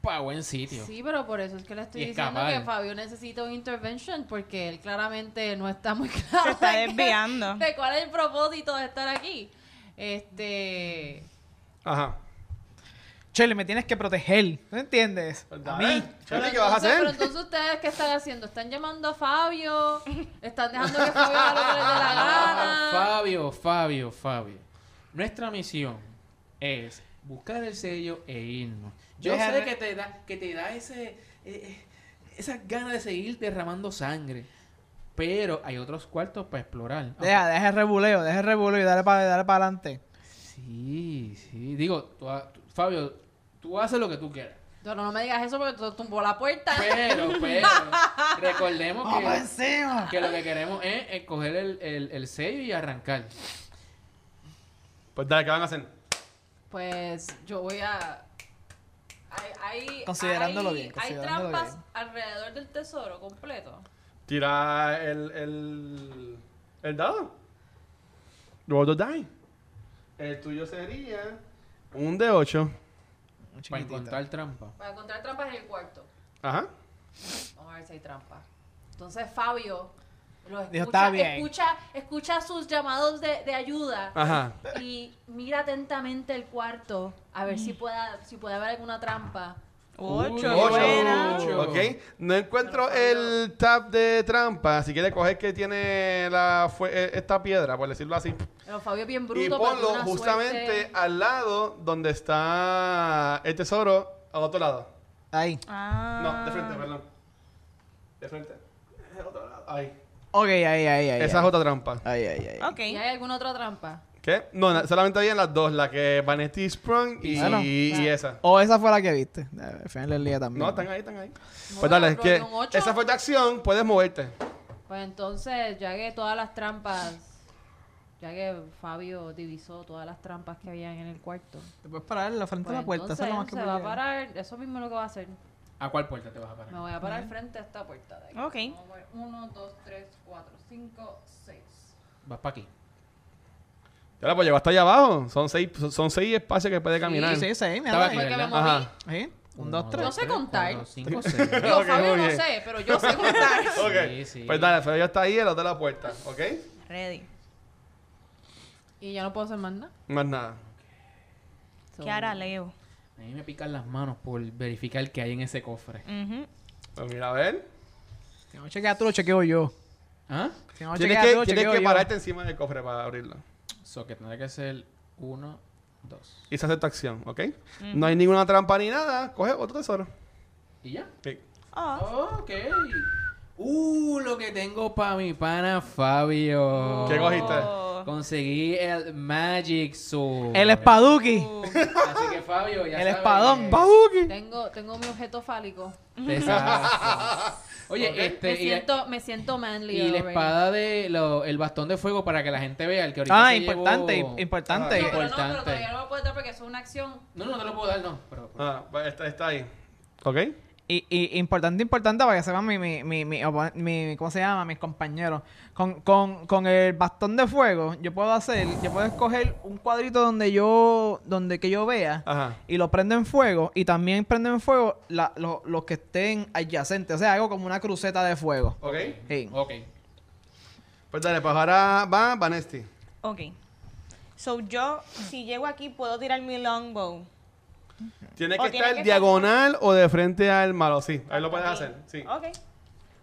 para buen sitio.
Sí, pero por eso es que le estoy
Y
diciendo
escapar.
que Fabio necesita un intervention porque él claramente no está muy
Se
claro
está
de qué-
desviando.
de cuál es el propósito de estar aquí. Este,
Ajá.
Shirley, me tienes que proteger. ¿No entiendes? A mí.
Charlie,
Pero
¿qué vas a
entonces- Pero
hacer?
entonces ustedes qué están haciendo? ¿Están llamando a Fabio? ¿Están dejando que Fabio haga lo que le dé la
Ah,
gana?
Fabio, Fabio, Fabio. Nuestra misión es buscar el sello e irnos. Yo
Deja
sé
de-
que te da, que te da ese, eh, eh, esas ganas de seguir derramando sangre. Pero hay otros cuartos para explorar.
Deja, deja el rebuleo, deja el rebuleo y dale para dale pa adelante.
Sí, sí. Digo, tú ha- tú- Fabio, tú haces lo que tú quieras.
No, no, no me digas eso porque tú tumbó la puerta.
Pero, pero, recordemos que...
encima!
Que lo que queremos es, eh, coger el, el- el sello y arrancar.
Pues dale, ¿qué van a hacer?
Pues yo voy a. Hay, hay,
Considerándolo
hay-
bien,
hay
considerándolo
trampas
bien.
alrededor del tesoro completo.
Tira el. el. el dado. Roll the die. El tuyo sería. Un de 8.
Para encontrar trampa.
Para encontrar trampas en el cuarto.
Ajá.
Vamos a ver si hay trampas. Entonces Fabio los escucha,
Dijo, "Está bien".
escucha, escucha sus llamados de, de ayuda
Ajá.
y mira atentamente el cuarto a ver si pueda, si puede haber alguna trampa.
Ocho,
Ocho.
buena.
Ocho.
Ok. No encuentro el tab de trampa. Si quieres coger que tiene la fue- eh, esta piedra, por decirlo así.
Pero Fabio es bien bruto.
Y
pero
ponlo
tiene una
justamente
suerte.
al lado donde está el tesoro, al otro lado.
Ahí.
Ah.
No, de frente, perdón. De frente. Al otro lado. Ahí.
Ok, ahí, ahí, ahí.
Esa es
ahí.
otra trampa.
Ahí, ahí, ahí.
Ok.
¿Y hay alguna otra trampa?
¿Qué? No, na- solamente había las dos, la que Vanetti Sprung y,
Y- Bueno,
y esa.
O esa fue la que viste. Fíjense el día también.
No, están ahí, están ahí. Pues
Bueno,
dale,
pero
que
con ocho.
esa fue tu acción, puedes moverte.
Pues entonces, ya que todas las trampas
Ya que Fabio divisó todas las trampas que había en el cuarto.
Te puedes parar en la frente de la
pues
puerta. Eso es lo más
Pues entonces,
que
él se va a
puede llegar.
parar. Eso mismo es lo que va a hacer.
¿A cuál puerta te vas a parar?
Me voy a parar frente a esta puerta de aquí.
Ok.
Vamos a ver, Uno, dos, tres, cuatro, cinco, seis.
Vas para aquí.
Ya la pues llegó hasta allá abajo. Son seis, son, son seis espacios que puede caminar.
Sí, sí, sí, mira,
Estaba
ahí.
aquí, ¿verdad?
moví.
Ajá.
Ahí. Un, dos, tres.
Yo sé contar.
cuatro, cinco, seis.
Yo,
Ok,
Fabio,
muy
no
bien.
sé, pero yo sé contar.
Ok.
Sí, sí.
Pues dale, pero ya está ahí el otro de la puerta, ¿ok?
Ready.
y ya no puedo hacer más nada.
Más nada.
So,
¿Qué hará Leo?
A mí me pican las manos por verificar qué hay en ese cofre.
Ujú.
Pues mira, a ver.
Si no chequeas tú, lo chequeo yo.
¿Ah?
Si no
Tienes
chequeas tú,
que,
lo
tienes
chequeo
que
yo.
pararte encima del cofre para abrirlo.
So que tendrá que ser uno, dos.
Y se hace tu acción, ¿ok? No hay ninguna trampa ni nada. Coge otro tesoro.
¿Y ya?
Sí.
Oh.
Ok. Uh, lo que tengo para mi pana Fabio.
¿Qué cogiste?
Conseguí el Magic Sword.
El espaduki.
Así que Fabio, ya
El
sabes.
espadón. Paduki.
Tengo, tengo mi objeto fálico.
Exacto. Oye, este.
Me
y-
siento, me siento manly.
Y, la
already.
espada de. lo- el bastón de fuego para que la gente vea el que ahorita
Ah,
se
importante,
llevó-
Ah,
importante.
No, pero no, pero
Importante.
todavía no lo puedo dar porque eso es una acción.
No, no, no lo puedo dar, no. Pero,
Ah, pues está, está ahí. ¿Ok?
Y, y importante, importante para que sepan mi, mi, mi, mi opo- mi- ¿cómo se llama? Mis compañeros. Con, con, con el bastón de fuego, yo puedo hacer, yo puedo escoger un cuadrito donde yo, donde que yo vea
Ajá.
y lo prendo en fuego y también prendo en fuego la- lo- los que estén adyacentes. O sea, hago como una cruceta de fuego.
¿Ok?
Sí.
ok.
Pues dale, pues ahora va Vanesti.
Ok. So yo, si llego aquí, puedo tirar mi longbow.
Tiene
O
que
tiene
estar
que
diagonal o de frente al malo. Sí, ahí lo puedes
Ok.
hacer. Sí.
Ok.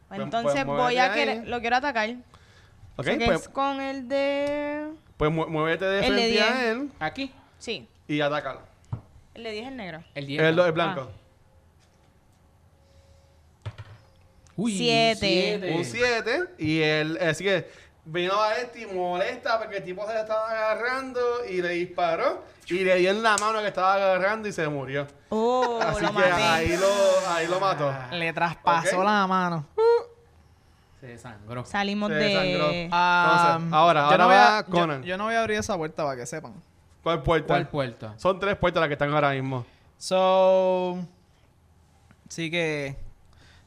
Pues, pues,
Entonces voy a
muévete
querer,
ahí.
lo quiero atacar.
Ok,
So que
pues,
es con el de...
pues mu- muévete de
El de
frente a
10.
él
Aquí,
Sí,
y atácalo.
el de 10 es el negro.
el 10.
Ah.
El, el blanco.
Uy,
Siete.
Un 7. Y él, así que vino a este y molesta porque el tipo se le estaba agarrando y le disparó. Y le dio en la mano que estaba agarrando y se murió.
Oh,
Así
lo
que
maté.
ahí lo, ahí lo mató.
Le traspasó
Ok.
la mano.
Se desangró.
Salimos
Se
de...
desangró.
Ah,
Entonces, ahora,
yo
ahora
voy a-
va
yo-
Conan.
Yo, no voy a abrir esa puerta para que sepan.
¿Cuál puerta?
¿Cuál puerta?
Son tres puertas las que están ahora mismo.
So. Sí que.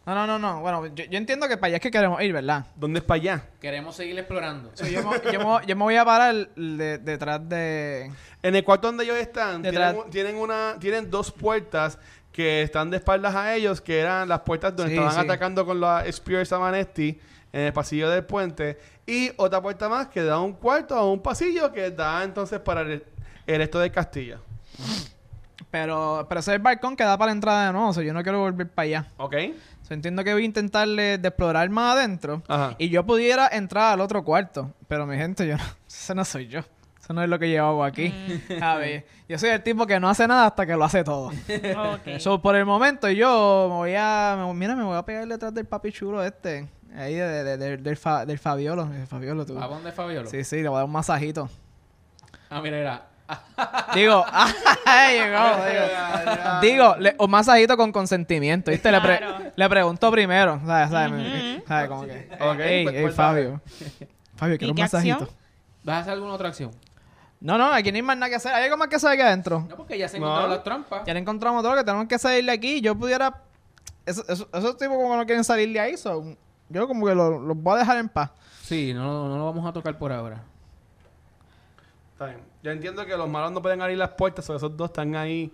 No, no, no, no. Bueno, yo, yo entiendo que para allá es que queremos ir, ¿verdad?
¿Dónde es para allá?
Queremos seguir explorando.
So, yo, me, yo me- yo me voy a parar de- detrás de.
En el cuarto donde ellos están,
Detrás.
tienen, un- tienen una, tienen dos puertas que están de espaldas a ellos, que eran las puertas donde
Sí,
estaban
sí.
atacando con la Spears a Vanesti en el pasillo del puente. Y otra puerta más que da un cuarto a un pasillo que da entonces para el, el resto del castillo.
Pero, pero ese es el balcón que da para la entrada de nuevo. so, yo no quiero volver para allá.
¿Ok?
So, entiendo que voy a intentarle de explorar más adentro.
Ajá.
Y yo pudiera entrar al otro cuarto. Pero mi gente, yo no, ese no soy yo. Eso no es lo que yo hago aquí.
Mm.
A ver, yo soy el tipo que no hace nada hasta que lo hace todo.
Ok.
So, por el momento yo me voy a... me voy- mira, me voy a pegar detrás del papi chulo este. Ahí de, de- de- del- del, fa- del Fabiolo. El Fabiolo, tú.
¿A dónde Fabiolo?
Sí, sí, le voy a dar un masajito.
Ah, mira, era.
Digo, ah, llegó, digo. Digo, le- un masajito con consentimiento, ¿viste? Le, pre-
Claro.
le pregunto primero, ¿sabes? ¿Sabes? ¿Sabes? Como que,
Ok,
"Ey,
pues-
ey,
pues dale.
Fabio. Fabio, quiero un
qué
masajito.
acción?
¿Vas a hacer alguna otra acción?
No, no, aquí no hay más nada que hacer. Hay algo más que hacer aquí adentro.
No, porque ya se
No.
encontraron las trampas.
Ya le encontramos todo lo que tenemos que salir de aquí. Yo pudiera. eso- eso- esos tipos como que no quieren salir de ahí, so, yo como que lo- los voy a dejar en paz.
Sí, no, no lo vamos a tocar por ahora.
Está bien. Yo entiendo que los malos no pueden abrir las puertas, sobre esos dos están ahí,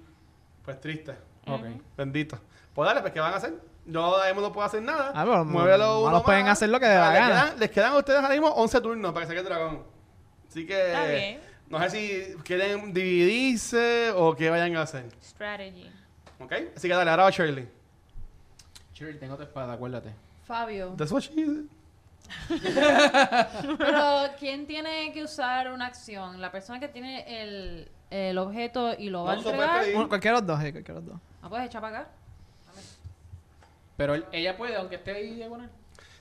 pues tristes.
Ok.
Bendito. Pues dale, pues ¿qué van a hacer? No, ahí no puedo hacer nada.
Ah, pero
Muévelo
no
uno
los pueden
más. Ah,
hacer lo que dé la
les
gana.
Quedan, les quedan a ustedes ahora mismo 11 turnos para que saque el dragón. Así que...
Está bien.
No sé si quieren dividirse o qué vayan a hacer.
Strategy.
¿Ok? Así que dale, ahora va Shirley.
Shirley, tengo tu espada, acuérdate.
Fabio.
That's what she did.
Pero, ¿quién tiene que usar una acción? La persona que tiene el, el objeto y lo va a
No, pues, se puede
entregar.
pedir.
Uno- cualquiera de los dos, eh, cualquiera de los dos.
Ah, pues echa para acá.
Pero él- ella puede, aunque esté ahí diagonal.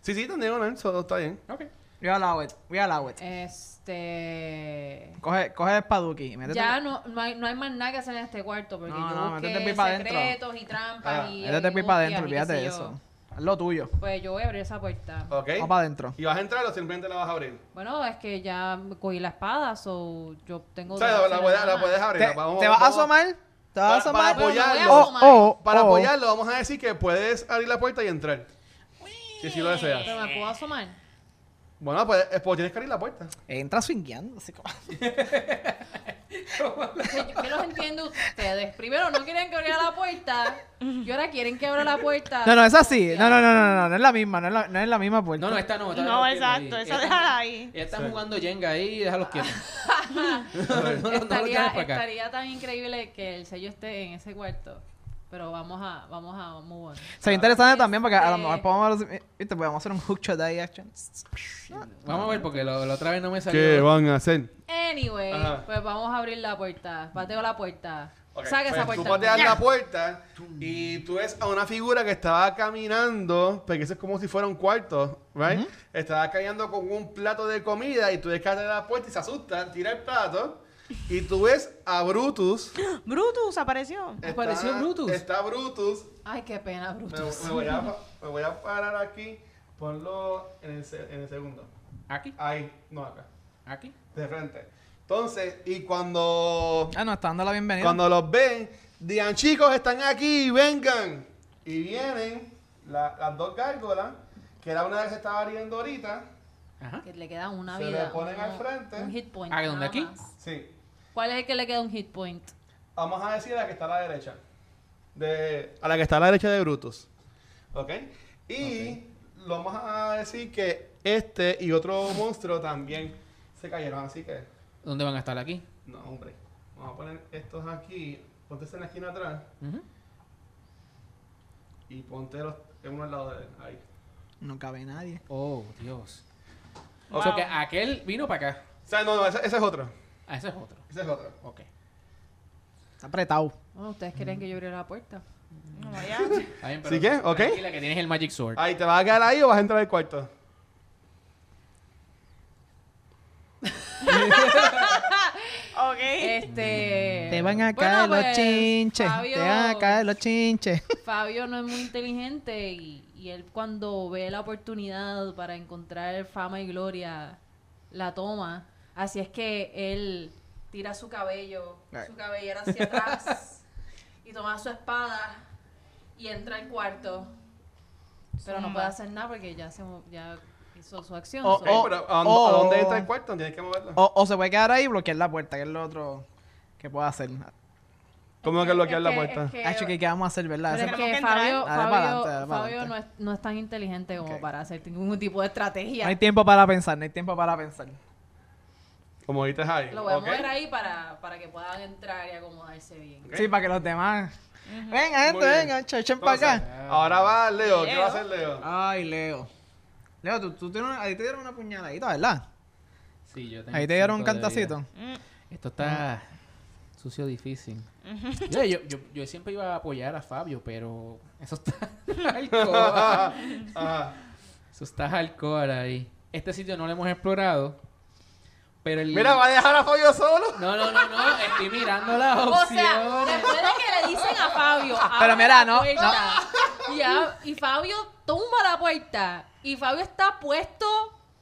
Sí, sí, también, bueno, eso está bien.
Ok.
We allow it, we allow it.
Eh. Este.
Coge, coge el espaduki y métete.
Ya no, no, hay, no hay más nada que hacer en este cuarto porque
No,
yo
no,
busqué
métete pipa adentro.
secretos y trampas
Ah,
y
métete
y
pipa adentro,
hostias y qué
olvídate
sé
de
yo.
eso. Haz lo tuyo.
Pues yo voy a abrir esa puerta.
¿Ok?
Va para adentro.
¿Y vas a entrar o simplemente la vas a abrir?
Bueno, es que ya cogí la espada, so yo tengo...
O sea, la, la
opción
puedes,
nada
la
más.
puedes
Te,
abrir. la- vamos-
te vas a
vamos-
asomar. Te vas a
Para- para
asomar.
apoyar-
Bueno,
apoyarlo.
voy a asomar.
Para
Oh.
apoyarlo, vamos a decir que puedes abrir la puerta y entrar. Que si lo deseas.
Pero me puedo asomar.
Bueno, pues, eh, pues tienes que abrir la puerta.
Entra swingueando. así como-
Yo, yo los entiendo ustedes. Primero no quieren que abra la puerta y ahora quieren que abra la puerta.
No, no, es así. No, no, no, no, no, no, no es la misma, no es la, no es la misma puerta.
No, no, esta no. esta
No,
déjalo
exacto,
quieto
esa déjala ahí.
Ya están jugando Jenga ahí, déjalos quietos. no, no, no lo
estaría,
tienes para acá.
estaría tan increíble que el sello esté en ese cuarto. Pero vamos a, vamos a, vamos a.
Sería interesante
Este-
también porque a lo mejor podemos, viste, podemos hacer un hookshot ahí, action.
Vamos a ver, porque lo- la otra vez no me salió.
¿Qué van a hacer?
Anyway,
Ajá.
pues vamos a abrir la puerta. Pateo la puerta.
Ok,
Saca esa
pues
puerta.
Tú pateas la puerta y tú ves a una figura que estaba caminando, porque eso es como si fuera un cuarto, ¿right? Estaba caminando con un plato de comida y tú ves que abre la puerta y se asusta, tira el plato y tú ves a Brutus.
Brutus apareció.
Está-
Apareció Brutus.
Está Brutus.
Ay, qué pena,
Me,
Brutus.
me voy a, me voy a parar aquí, ponlo en el, se- en el segundo.
Aquí,
Ahí, no acá,
aquí.
de frente. Entonces, y cuando
Ah, no, está dando la bienvenida.
Cuando los ven, digan, chicos, están aquí, vengan. Y vienen la- las dos gárgolas, que era una de las que estaba abriendo ahorita.
Ajá.
Que le queda una
Se
vida.
le ponen
un-
al frente.
Un hit point.
Ah, ¿dónde?
nada
¿Aquí?
más.
Sí.
¿Cuál es el que le queda un hit point?
Vamos a decir a la que está a la derecha. De, a la que está a la derecha de Brutus. ¿Ok? Y lo vamos a decir que este y otro monstruo también se cayeron, así que...
¿Dónde van a estar aquí?
No, hombre. Vamos a poner estos aquí. Ponte esta en la esquina atrás.
Ujú.
Y ponte los, uno al lado de él. Ahí.
No cabe nadie.
Oh, Dios. O sea, que aquel vino para acá.
O sea, no, no, ese, ese es otro.
Ah, ese es otro.
Ese es otro.
Ok.
Está apretado.
Bueno, ustedes
Mm.
quieren que yo abriera la puerta.
No, ya.
Está bien,
¿Sí qué? Ok.
Tranquila, que tienes el Magic Sword.
Ahí, ¿te vas a quedar ahí o vas a entrar al cuarto?
Ok.
Este.
Mm.
Te van a caer
bueno,
los
pues,
chinches.
Fabio-
Te van a caer los chinches.
Fabio no es muy inteligente y, y él cuando ve la oportunidad para encontrar fama y gloria, la toma. Así es que él tira su cabello,
Ay.
su cabellera hacia atrás y toma su espada y entra al cuarto. Pero no
Zumba.
puede hacer nada porque ya, se, mo- ya hizo su acción.
Oh,
so-
Ok, pero ¿a, dónde-
oh.
a dónde entra el cuarto? Tienes que moverlo.
O, o se puede quedar ahí y bloquear la puerta, que es lo otro que puedo hacer.
¿Cómo que bloquear
Es
la
que-
puerta?
es que-
Hacho, ¿qué, ¿qué vamos a hacer, verdad?
Pero es
Hacer-
que
tenemos que
Fabio,
entrar. Dale para oh.
Fabio-
adelante, dale para
Fabio no, es,
adelante.
no es tan inteligente como
Ok.
para hacer ningún tipo de estrategia.
No hay tiempo para pensar, no hay tiempo para pensar.
Como dijiste ahí.
Lo voy a
Ok.
mover ahí para, para que puedan entrar y acomodarse bien.
Ok.
Sí, para que los demás. Venga, gente,
Muy bien.
venga, echen echen para
Entonces,
acá. Ah,
Ahora va Leo. ¿Qué va a
Leo.
hacer Leo?
Ay, Leo. Leo, tú, tú tienes una- ahí te dieron una puñaladita, ¿verdad?
Sí, yo tengo
Ahí te dieron un
cinco de
cantacito.
vida. Esto está sucio difícil. Mira, yo, yo, yo siempre iba a apoyar a Fabio, pero eso está hardcore.
Ajá.
Eso está hardcore ahí. Este sitio no lo hemos explorado, pero el...
Mira, va a dejar a Fabio solo.
No, no, no, no, estoy mirando las
O
opciones.
sea, después de que le dicen a Fabio, abre
Pero mira,
la
no,
puerta, Y, ab- y Fabio tumba la puerta y Fabio está puesto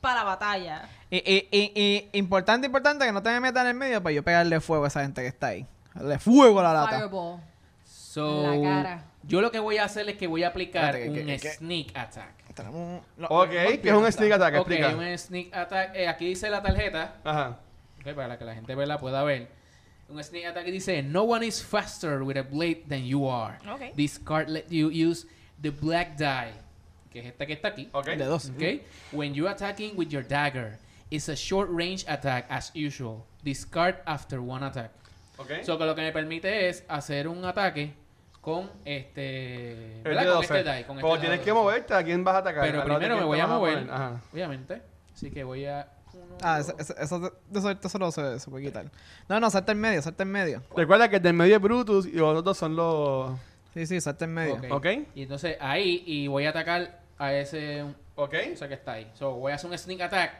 para batalla.
Y, y, y, y importante, importante que no te me metan en el medio para yo pegarle fuego a esa gente que está ahí. Le fuego a la lata.
Fireball.
So,
La cara.
Yo lo que voy a hacer es que voy a aplicar
Espérate,
un
que- que- que-
sneak attack.
Tenemos un- lo-
Ok,
lo- lo-
que es un sneak attack.
Ok,
Explica.
un sneak attack. eh, aquí dice la tarjeta.
Ajá.
Ok, para que la gente verla pueda ver. Un sneak attack que dice: No one is faster with a blade than you are.
Ok.
This card let you use the black die, que es esta que está aquí.
Ok.
De dos.
Okay? When you're attacking with your dagger, it's a short range attack as usual. Discard after one attack.
Ok.
So que lo que me permite es hacer un ataque con este.
El
¿verdad?
de
Con
12.
este die. Con
Como
este
tienes
dado.
que moverte, ¿a quién vas a atacar?
Pero
¿Al lado de
primero me
quién
voy
te
a
vas
mover.
Ajá.
Obviamente. Así que voy a. uno,
Ah,
dos.
eso, eso, eso, de eso- eso lo se, se puede quitar. No, no, salta en medio, salta en medio.
Recuerda que el del medio es Brutus y los otros dos son los.
Sí, sí, salta en medio.
Ok.
¿Ok?
Y entonces ahí, y voy a atacar a ese.
¿Ok?
O sea que está ahí. So voy a hacer un sneak attack.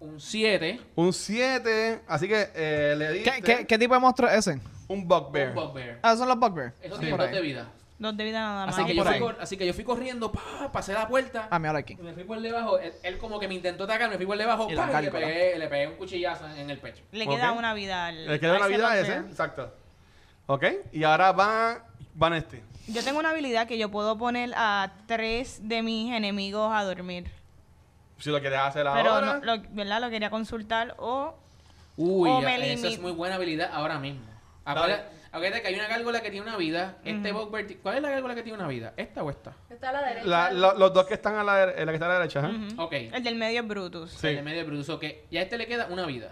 Un 7.
Un 7. Así que eh, le diste
¿Qué, qué, qué tipo de monstruo es ese?
un bugbear.
Un bugbear.
Ah, son los bugbear.
Eso
Son
tiene
por
dos
ahí.
de vida.
Dos de vida nada más.
Así que, yo
por
fui,
ahí.
cor- así que yo fui corriendo, pa, pasé la puerta.
Ah, me ahora aquí.
Me fui por debajo, él, él como que me intentó atacar, me fui por debajo,
Y la
¡pam! y le,
cálcula.
pegué, le pegué un cuchillazo en, en el pecho.
Le queda
Ok.
una vida al.
Le queda
a
una vida a ese,
torneo.
exacto. Ok, y ahora va, van este.
Yo tengo una habilidad que yo puedo poner a tres de mis enemigos a dormir.
Si lo quieres hacer
Pero,
ahora.
no, lo, ¿verdad? Lo quería consultar o.
Uy,
O
ya,
me
esa es
limito.
muy buena habilidad ahora mismo. Acuérdate, acuérdate que hay una gárgola que tiene una vida. Este Bob Berti- ¿Cuál es la gárgola que tiene una vida? ¿Esta o esta?
Está a la derecha.
la- lo- los dos que están a la, dere- la que está a la derecha, ¿eh? ajá.
Ujú.
Ok.
El del medio es Brutus.
Sí.
El de medio Brutus. Ok. Y a este le queda una vida.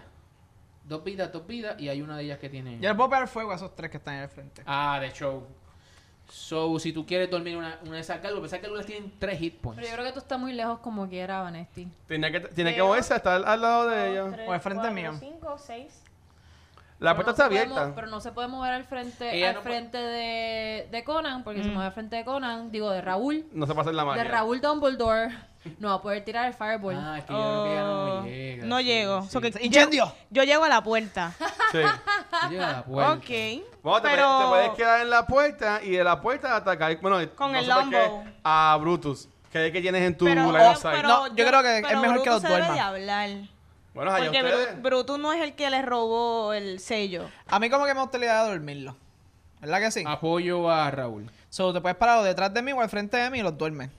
Dos vidas, dos vidas. Y hay una de ellas que tiene.
Yo le puedo pegar fuego a esos tres que están en el frente.
Ah, de show. So, si tú quieres dormir una, una de esas gárgolas, esas gárgolas tienen tres hit points.
Pero yo creo que tú estás muy lejos como quiera, Vanesti.
Tiene que, tiene que
Pero-
moverse, está al, al lado de
Uno,
ella.
tres,
O al frente
cuatro,
mío.
Cinco, seis.
La puerta está
Pero no se puede
abierta.
mo- pero no se puede mover al frente,
Ella
al
no puede-
frente de, de Conan, porque si se mueve al frente de Conan, digo de Raúl,
No se pasa en la mano.
de Raúl Dumbledore, no va a poder tirar el fireball.
Ah, es que yo creo que ya no
Oh,
llega.
no llego. So que-
¡Incendio!
Yo llego a la puerta.
Sí.
Sí, llega a la puerta.
Ok.
Bueno, te,
pero...
puedes, te puedes quedar en la puerta y de la puerta atacar. Bueno,
Con
no
el
sé por qué,
longbow.
A Brutus. ¿Qué es que tienes en tu
pero,
line of
pero-
sight?
pero
No, yo creo que es
pero
mejor que
Brutus
los
se debe
duerma.
de hablar.
Bueno, allá
Porque Bru-
Ah, ustedes.
Brutus no es el que le robó el sello.
A mí como que me gusta la idea de dormirlo. ¿Verdad que
Ah.
sí?
Apoyo a Raúl.
So, te puedes parar o detrás de mí o al frente de mí y los duermes.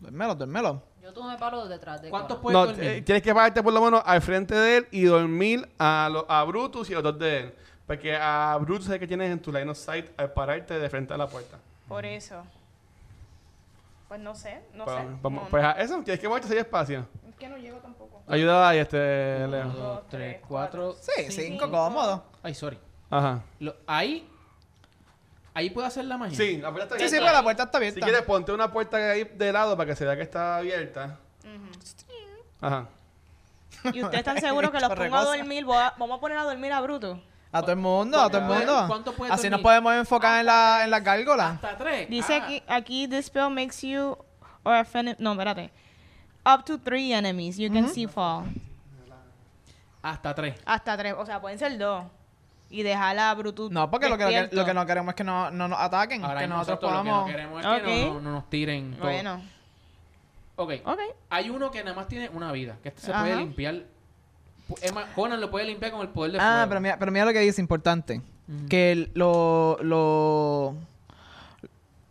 Duérmelo, duérmelo.
Yo tú me paro detrás de
¿Cuántos
Conan.
puedes
No,
dormir?
eh, tienes que pararte por lo menos al frente de él y dormir a, lo- a Brutus y los dos de él. Porque a Brutus es el que tienes en tu line of sight al pararte de frente a la puerta.
Por eso. Pues no sé, no
Pa-
sé.
pa-
No,
Pues a eso, tienes que moverte si hay espacio.
Es que no llego tampoco.
Ayuda ahí, este, Leo.
dos, tres, cuatro.
Sí, cinco,
Cinco.
cómodo.
Ay, sorry.
Ajá.
Lo- ahí. Ahí puedo hacer la magia.
Sí, la puerta está
Sí, sí,
abierta.
pero la puerta está
Si
abierta.
quieres, ponte una puerta ahí de lado para que se vea que está abierta. Ajá.
¿Y ustedes están seguros que los pongo a
Chorregosa.
dormir? Voy a- vamos a poner a dormir a Bruto.
A todo el mundo, a todo el
¿Cuánto
mundo.
puedes dormir?
Así nos podemos enfocar en la, en las gárgolas.
Hasta tres.
Dice
Ah,
aquí, aquí, this spell makes you or a feni- No, espérate. Up to three enemies you can see fall.
Hasta tres.
Hasta tres, o sea, pueden ser dos. Y dejar a Brutus
No, porque lo que, lo que-
despierto.
lo que no queremos es que no, no nos
Mm,
ataquen,
Ahora
que
mismo
nosotros
nosotros lo
podamos...
que no queremos es que
Ok.
no, no- no nos tiren todo.
Bueno,
Ok.
ok.
Hay uno que nada más tiene una vida, que este se
Ajá.
puede limpiar. Pu- Es más, Conan lo puede limpiar con el poder de fuego.
Ah, pero mira, pero mira lo que dice, importante. Que el- lo, lo...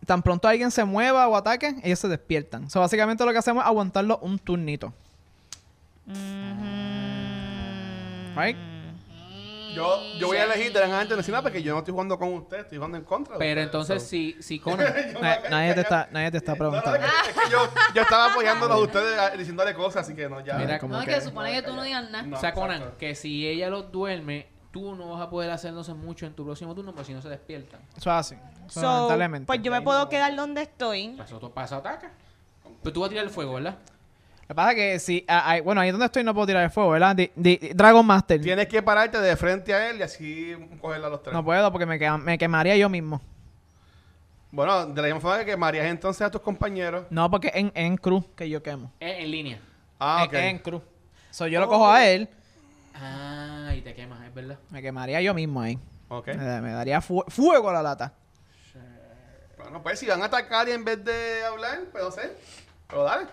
Tan pronto alguien se mueva o ataque, ellos se despiertan. O sea, básicamente lo que hacemos es aguantarlo un turnito. Right?
Yo, yo voy a elegir de la gente no porque yo no estoy jugando con usted, estoy jugando en contra. de
Pero
ustedes,
entonces,
so.
si, si Conan.
Na- Nadie, te está, nadie te está
No, no,
preguntando.
es
Ah.
que- es que yo, yo estaba apoyándolos a ustedes a- diciéndole cosas, así que no, ya.
Mira,
No, es que supone que tú no digas nada.
o sea, Conan,
exacto.
que si ella los duerme, tú no vas a poder hacernos mucho en tu próximo turno, porque si no se despiertan.
Eso es así. Eso
So,
lamentablemente.
pues yo me puedo quedar donde estoy.
Pasó otro paso, ataca. Pero tú vas a tirar el fuego, ¿verdad?
Lo que pasa es que si... ah, ah, bueno, ahí donde estoy no puedo tirar el fuego, ¿verdad? Di- di- Dragon Master.
Tienes que pararte de frente a él y así cogerla a los tres.
No puedo porque me, queda- me quemaría yo mismo.
Bueno, de la misma forma que quemarías entonces a tus compañeros.
No, porque en, en cruz que yo quemo.
Eh, en línea.
Ah,
En-
ok. Oh.
en,
Eh,
cruz. So, yo lo cojo a él,
Ah, y te quemas, es verdad.
me quemaría yo mismo ahí.
Ok.
eh.
Me, da- me daría fu- fuego a la lata.
Bueno, pues si van a atacar y en vez de hablar, pues no sé. Pero dale.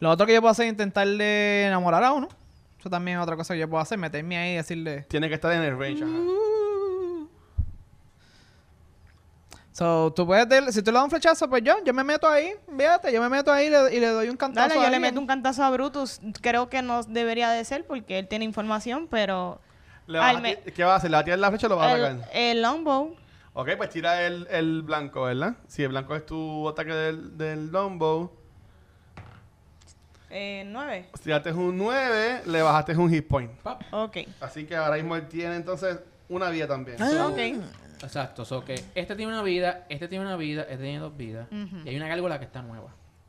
Lo otro que yo puedo hacer es intentarle enamorar a uno. Eso también es otra cosa que yo puedo hacer, meterme ahí y decirle...
Tiene que estar en el range, ajá.
So, tú puedes... darle- si tú le das un flechazo, pues yo, yo me meto ahí. Fíjate, yo me meto ahí y le, y le doy un cantazo
Dale,
a
yo le
alguien.
meto un cantazo a Brutus. Creo que no debería de ser porque él tiene información, pero...
Le vas a
Al me-
ti- ¿Qué vas a hacer? ¿Le vas a tirar la flecha o lo vas a
El,
atacar?
el longbow.
Ok, pues tira el, el blanco, ¿verdad? Si el blanco es tu ataque del, del longbow,
Eh, nueve.
tiraste un 9, le bajaste un hit point.
Ok.
Así que ahora mismo él tiene entonces una vida también.
Ah.
Ok.
Exacto, so que este tiene una vida, este tiene una vida, este tiene dos vidas. Y hay una gárgola que está nueva.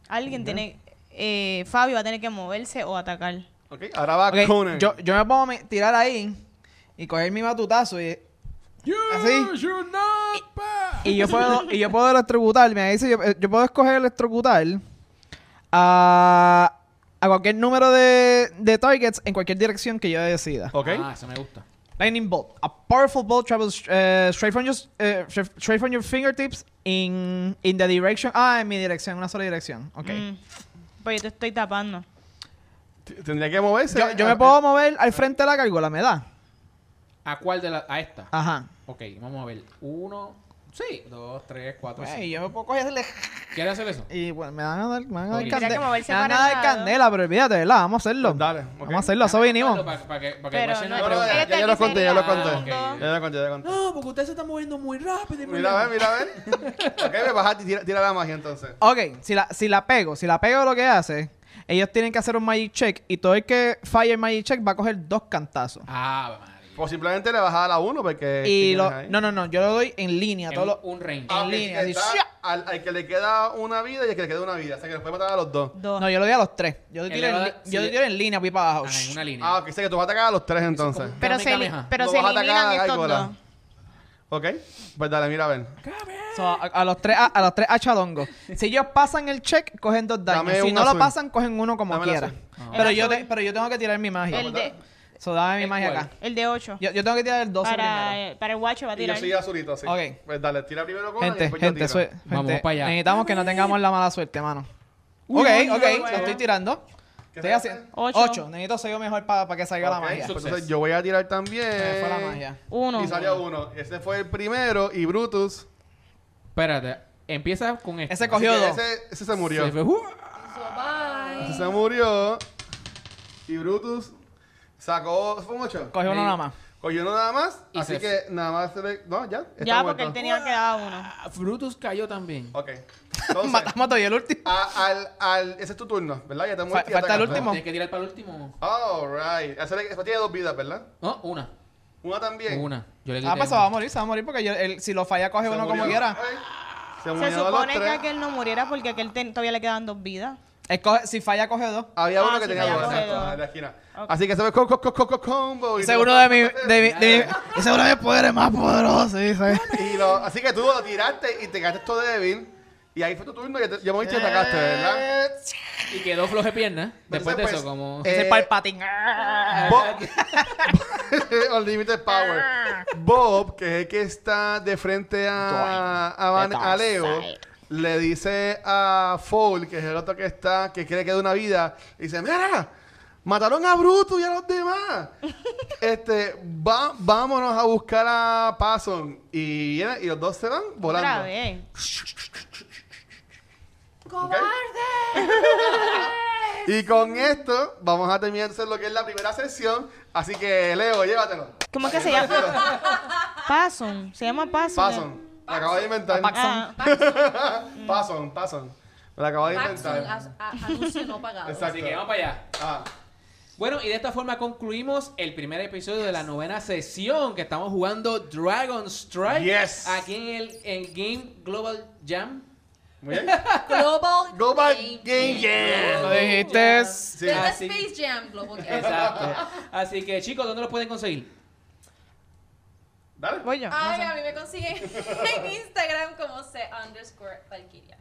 Alguien tiene... eh, Fabio va a tener que moverse o atacar.
Ok, ahora va
Ok,
Conan.
yo, yo me pongo a me- tirar ahí y coger mi batutazo y... Así. Y yo puedo, y yo puedo electrocutarme. Ahí dice, yo, yo puedo escoger electrocutar a, a cualquier número de, de targets en cualquier dirección que yo decida.
Ok.
Ah, eso me gusta.
Lightning bolt. A powerful bolt travels uh, straight from your uh, straight straight from your fingertips in in the direction. Ah, en mi dirección, una sola dirección. Ok.
Mm. Pues yo te estoy tapando.
T- Tendría que moverse.
Yo, yo
Ah,
me puedo mover al frente de la gárgola, me da.
¿A cuál de la A esta.
Ajá.
Ok, vamos a ver. Uno. Sí. Dos, tres, cuatro,
Ey,
cinco.
yo me puedo coger Pues, y hacerle-
¿Quieres hacer eso?
Y bueno, me van a dar, me van a dar
Ok.
Tendría que
candela.
moverse
me van
para
a
el
dar
lado.
candela, pero olvídate, ¿verdad? Vamos a hacerlo.
Dale, Pues ok.
Vamos a hacerlo, eso vinimos.
Para que, para que, para que
Pero
no sea
no,
una
No, no,
pregunta.
ya,
Espérate,
ya yo lo
aquí
conté, ya lo
sería-
conté.
Ah, ok.
Ya lo conté, ya lo conté.
No, porque usted se está moviendo muy rápido. y muy
Mira, a
lento.
ver, mira, a ver. ok, me bajaste y tira, tira la magia entonces.
Ok, si la, si la pego, si la pego lo que hace, ellos tienen que hacer un magic check y todo el que falle el magic check va a coger dos cantazos.
Ah, María.
O simplemente le bajaba la 1 porque.
y
¿qué
lo,
tienes ahí?
no, no, no, yo lo doy en línea.
En
Todo lo,
un range.
Ah, ok,
línea,
le
así,
da
¡shia!
al, al que le queda una vida y al que le queda una vida. O sea que los puede matar a los dos.
Dos.
no, yo lo doy a los tres. Yo lo
Él
tiro,
le
en,
va a
li-
dar-
yo
si
lo
le-
tiro en línea, voy para abajo.
Ajá, en una línea.
Ah, ok, o sea que tú vas a atacar a los tres entonces.
pero se,
Kamehameha.
eli- pero
Lo
se
vas a atacar a
eliminan
la
estos
gárgola.
dos.
Ok, pues dale, mira, a ver.
So, a, a los tres, a, a los tres achadongos. Si ellos pasan el check, cogen dos daños.
Dame
Si
un
no lo
azul.
pasan, cogen uno como
Dame el
quiera.
azul.
Pero,
El
yo
azul.
te- pero yo tengo que tirar mi magia.
El de,
So, dame mi
¿El
magia
cuál?
acá.
el de ocho.
Yo, yo tengo que tirar el 12
Para,
primero.
eh, para el guacho va a
Y yo
tirar.
soy azulito así.
Ok.
Pues dale, tira primero con y
Gente,
después yo
gente,
tiro.
sue- gente,
Vamos para allá.
necesitamos que no tengamos la mala suerte, mano.
Uy,
ok,
uy,
ok,
uy,
lo
uy.
estoy tirando.
¿Qué
Estoy
tal?
haciendo.
Ocho.
8. Necesito 6 mejor para que salga la
Ok,
magia.
pues
Success.
entonces yo voy a tirar también.
Se me fue la magia.
Uno.
Y salió uno. Ese fue el primero y Brutus.
Espérate. Empieza con este.
Ese
Ese
cogió
Así que
2.
Ese, ese se murió.
Uh,
So,
Ese
bye.
se murió. Y Brutus sacó. ¿Fue un 8?
Cogió uno nada más.
Cogió uno nada más.
Y
así
se-
que nada más se le. No, ya. está
Ya,
muerto.
porque él tenía que dar uno.
Brutus cayó también.
Ok. Entonces,
Matamos todavía el último.
a- al, al, ese es tu turno, ¿verdad? Ya te muerto y
falta el
atacas.
último.
Tienes que tirar para el último.
Alright. Ese le- ese tiene dos vidas, ¿verdad?
No, una.
Una también.
Una. Yo le
Ah,
grité
pues se va a
una.
morir, se va a morir porque yo- él- si lo falla, coge
Se
uno como
murió.
quiera.
Ok. Se
Se
murió a los
supone que
tres.
aquel no muriera porque aquel ten- todavía le quedan dos vidas.
Él coge- si falla, coge dos.
Había
Ah,
uno que
sí,
tenía
había
dos,
dos.
exacto, en la esquina. Así que se ve co- co- co- co- co- combo. y
Ese
lo-
es uno de mi, de mi, de mi- ese es uno de mis poderes más poderosos, dice.
Y lo, así que tú lo tiraste y te quedaste todo débil. Y ahí fue tu turno y te, ya moviste y te atacaste,
Eh,
¿verdad?
Y quedó floje pierna. Después de
Entonces,
eso,
pues,
como.
eh,
Ese es Palpatine.
Bob, Unlimited Power. Bob, que es el que está de frente a, a, Van- a Leo, le dice a Foul, que es el otro que está, que cree que de una vida, y dice, mira, mataron a Bruto y a los demás. este, va- vámonos a buscar a Pason. Y, viene- y los dos se van volando.
Otra vez.
Y con esto vamos a terminar entonces lo que es la primera sesión. Así que, Leo, llévatelo.
¿Cómo es que se llama? Pason. Se llama Pason.
Pason. Me acabo de inventar.
Ah,
Pason, Pason. Me la acabo de
Paxson, ah.
inventar.
a- a- anuncio no pagado.
Así que vamos
Exacto.
para allá.
Ah,
Bueno, y de esta forma concluimos el primer episodio de la novena sesión que estamos jugando Dragon Strike.
Yes.
Aquí en el en Game Global Jam.
muy bien.
Global,
Go back
Game
game,
Lo
yeah.
dijiste.
Ah, Sí.
Desde
Así-
Space Jam, Global Game.
Exacto. Así que chicos, ¿dónde lo pueden conseguir?
Dale.
Voy yo. no
Ay,
sé.
a mí me consiguen en Instagram como C underscore Valkyria.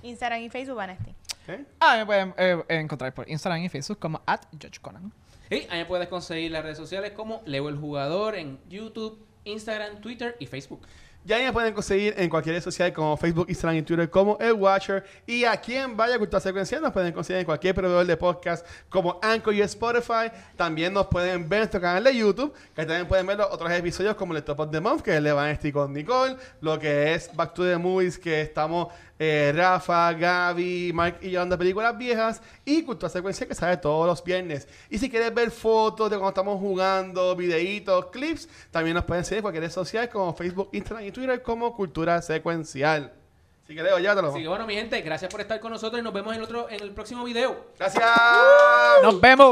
Instagram y Facebook van a este.
¿Eh?
Ah, me pueden eh, encontrar por Instagram y Facebook como at George Conan.
Y ahí me puedes conseguir en las redes sociales como Leo el Jugador en YouTube, Instagram, Twitter y Facebook.
Ya me pueden conseguir en cualquier red social como Facebook, Instagram y Twitter como El Watcher. Y aquí en Vaya Cultura Secuencial nos pueden conseguir en cualquier proveedor de podcast como Anchor y Spotify. También nos pueden ver en nuestro canal de YouTube, que también pueden ver los otros episodios como el Top of the Month, que es Levanesti con Nicole, lo que es Back to the Movies, que estamos eh, Rafa, Gaby, Mike y yo hablando de películas viejas. Y Cultura Secuencial que sale todos los viernes. Y si quieres ver fotos de cuando estamos jugando, videitos, clips, también nos pueden seguir en cualquier red social como Facebook, Instagram y Twitter como Cultura Secuencial. Así que Leo, llévatelo.
Así que bueno, mi gente, gracias por estar con nosotros y nos vemos en el otro en el próximo video.
Gracias.
Nos vemos.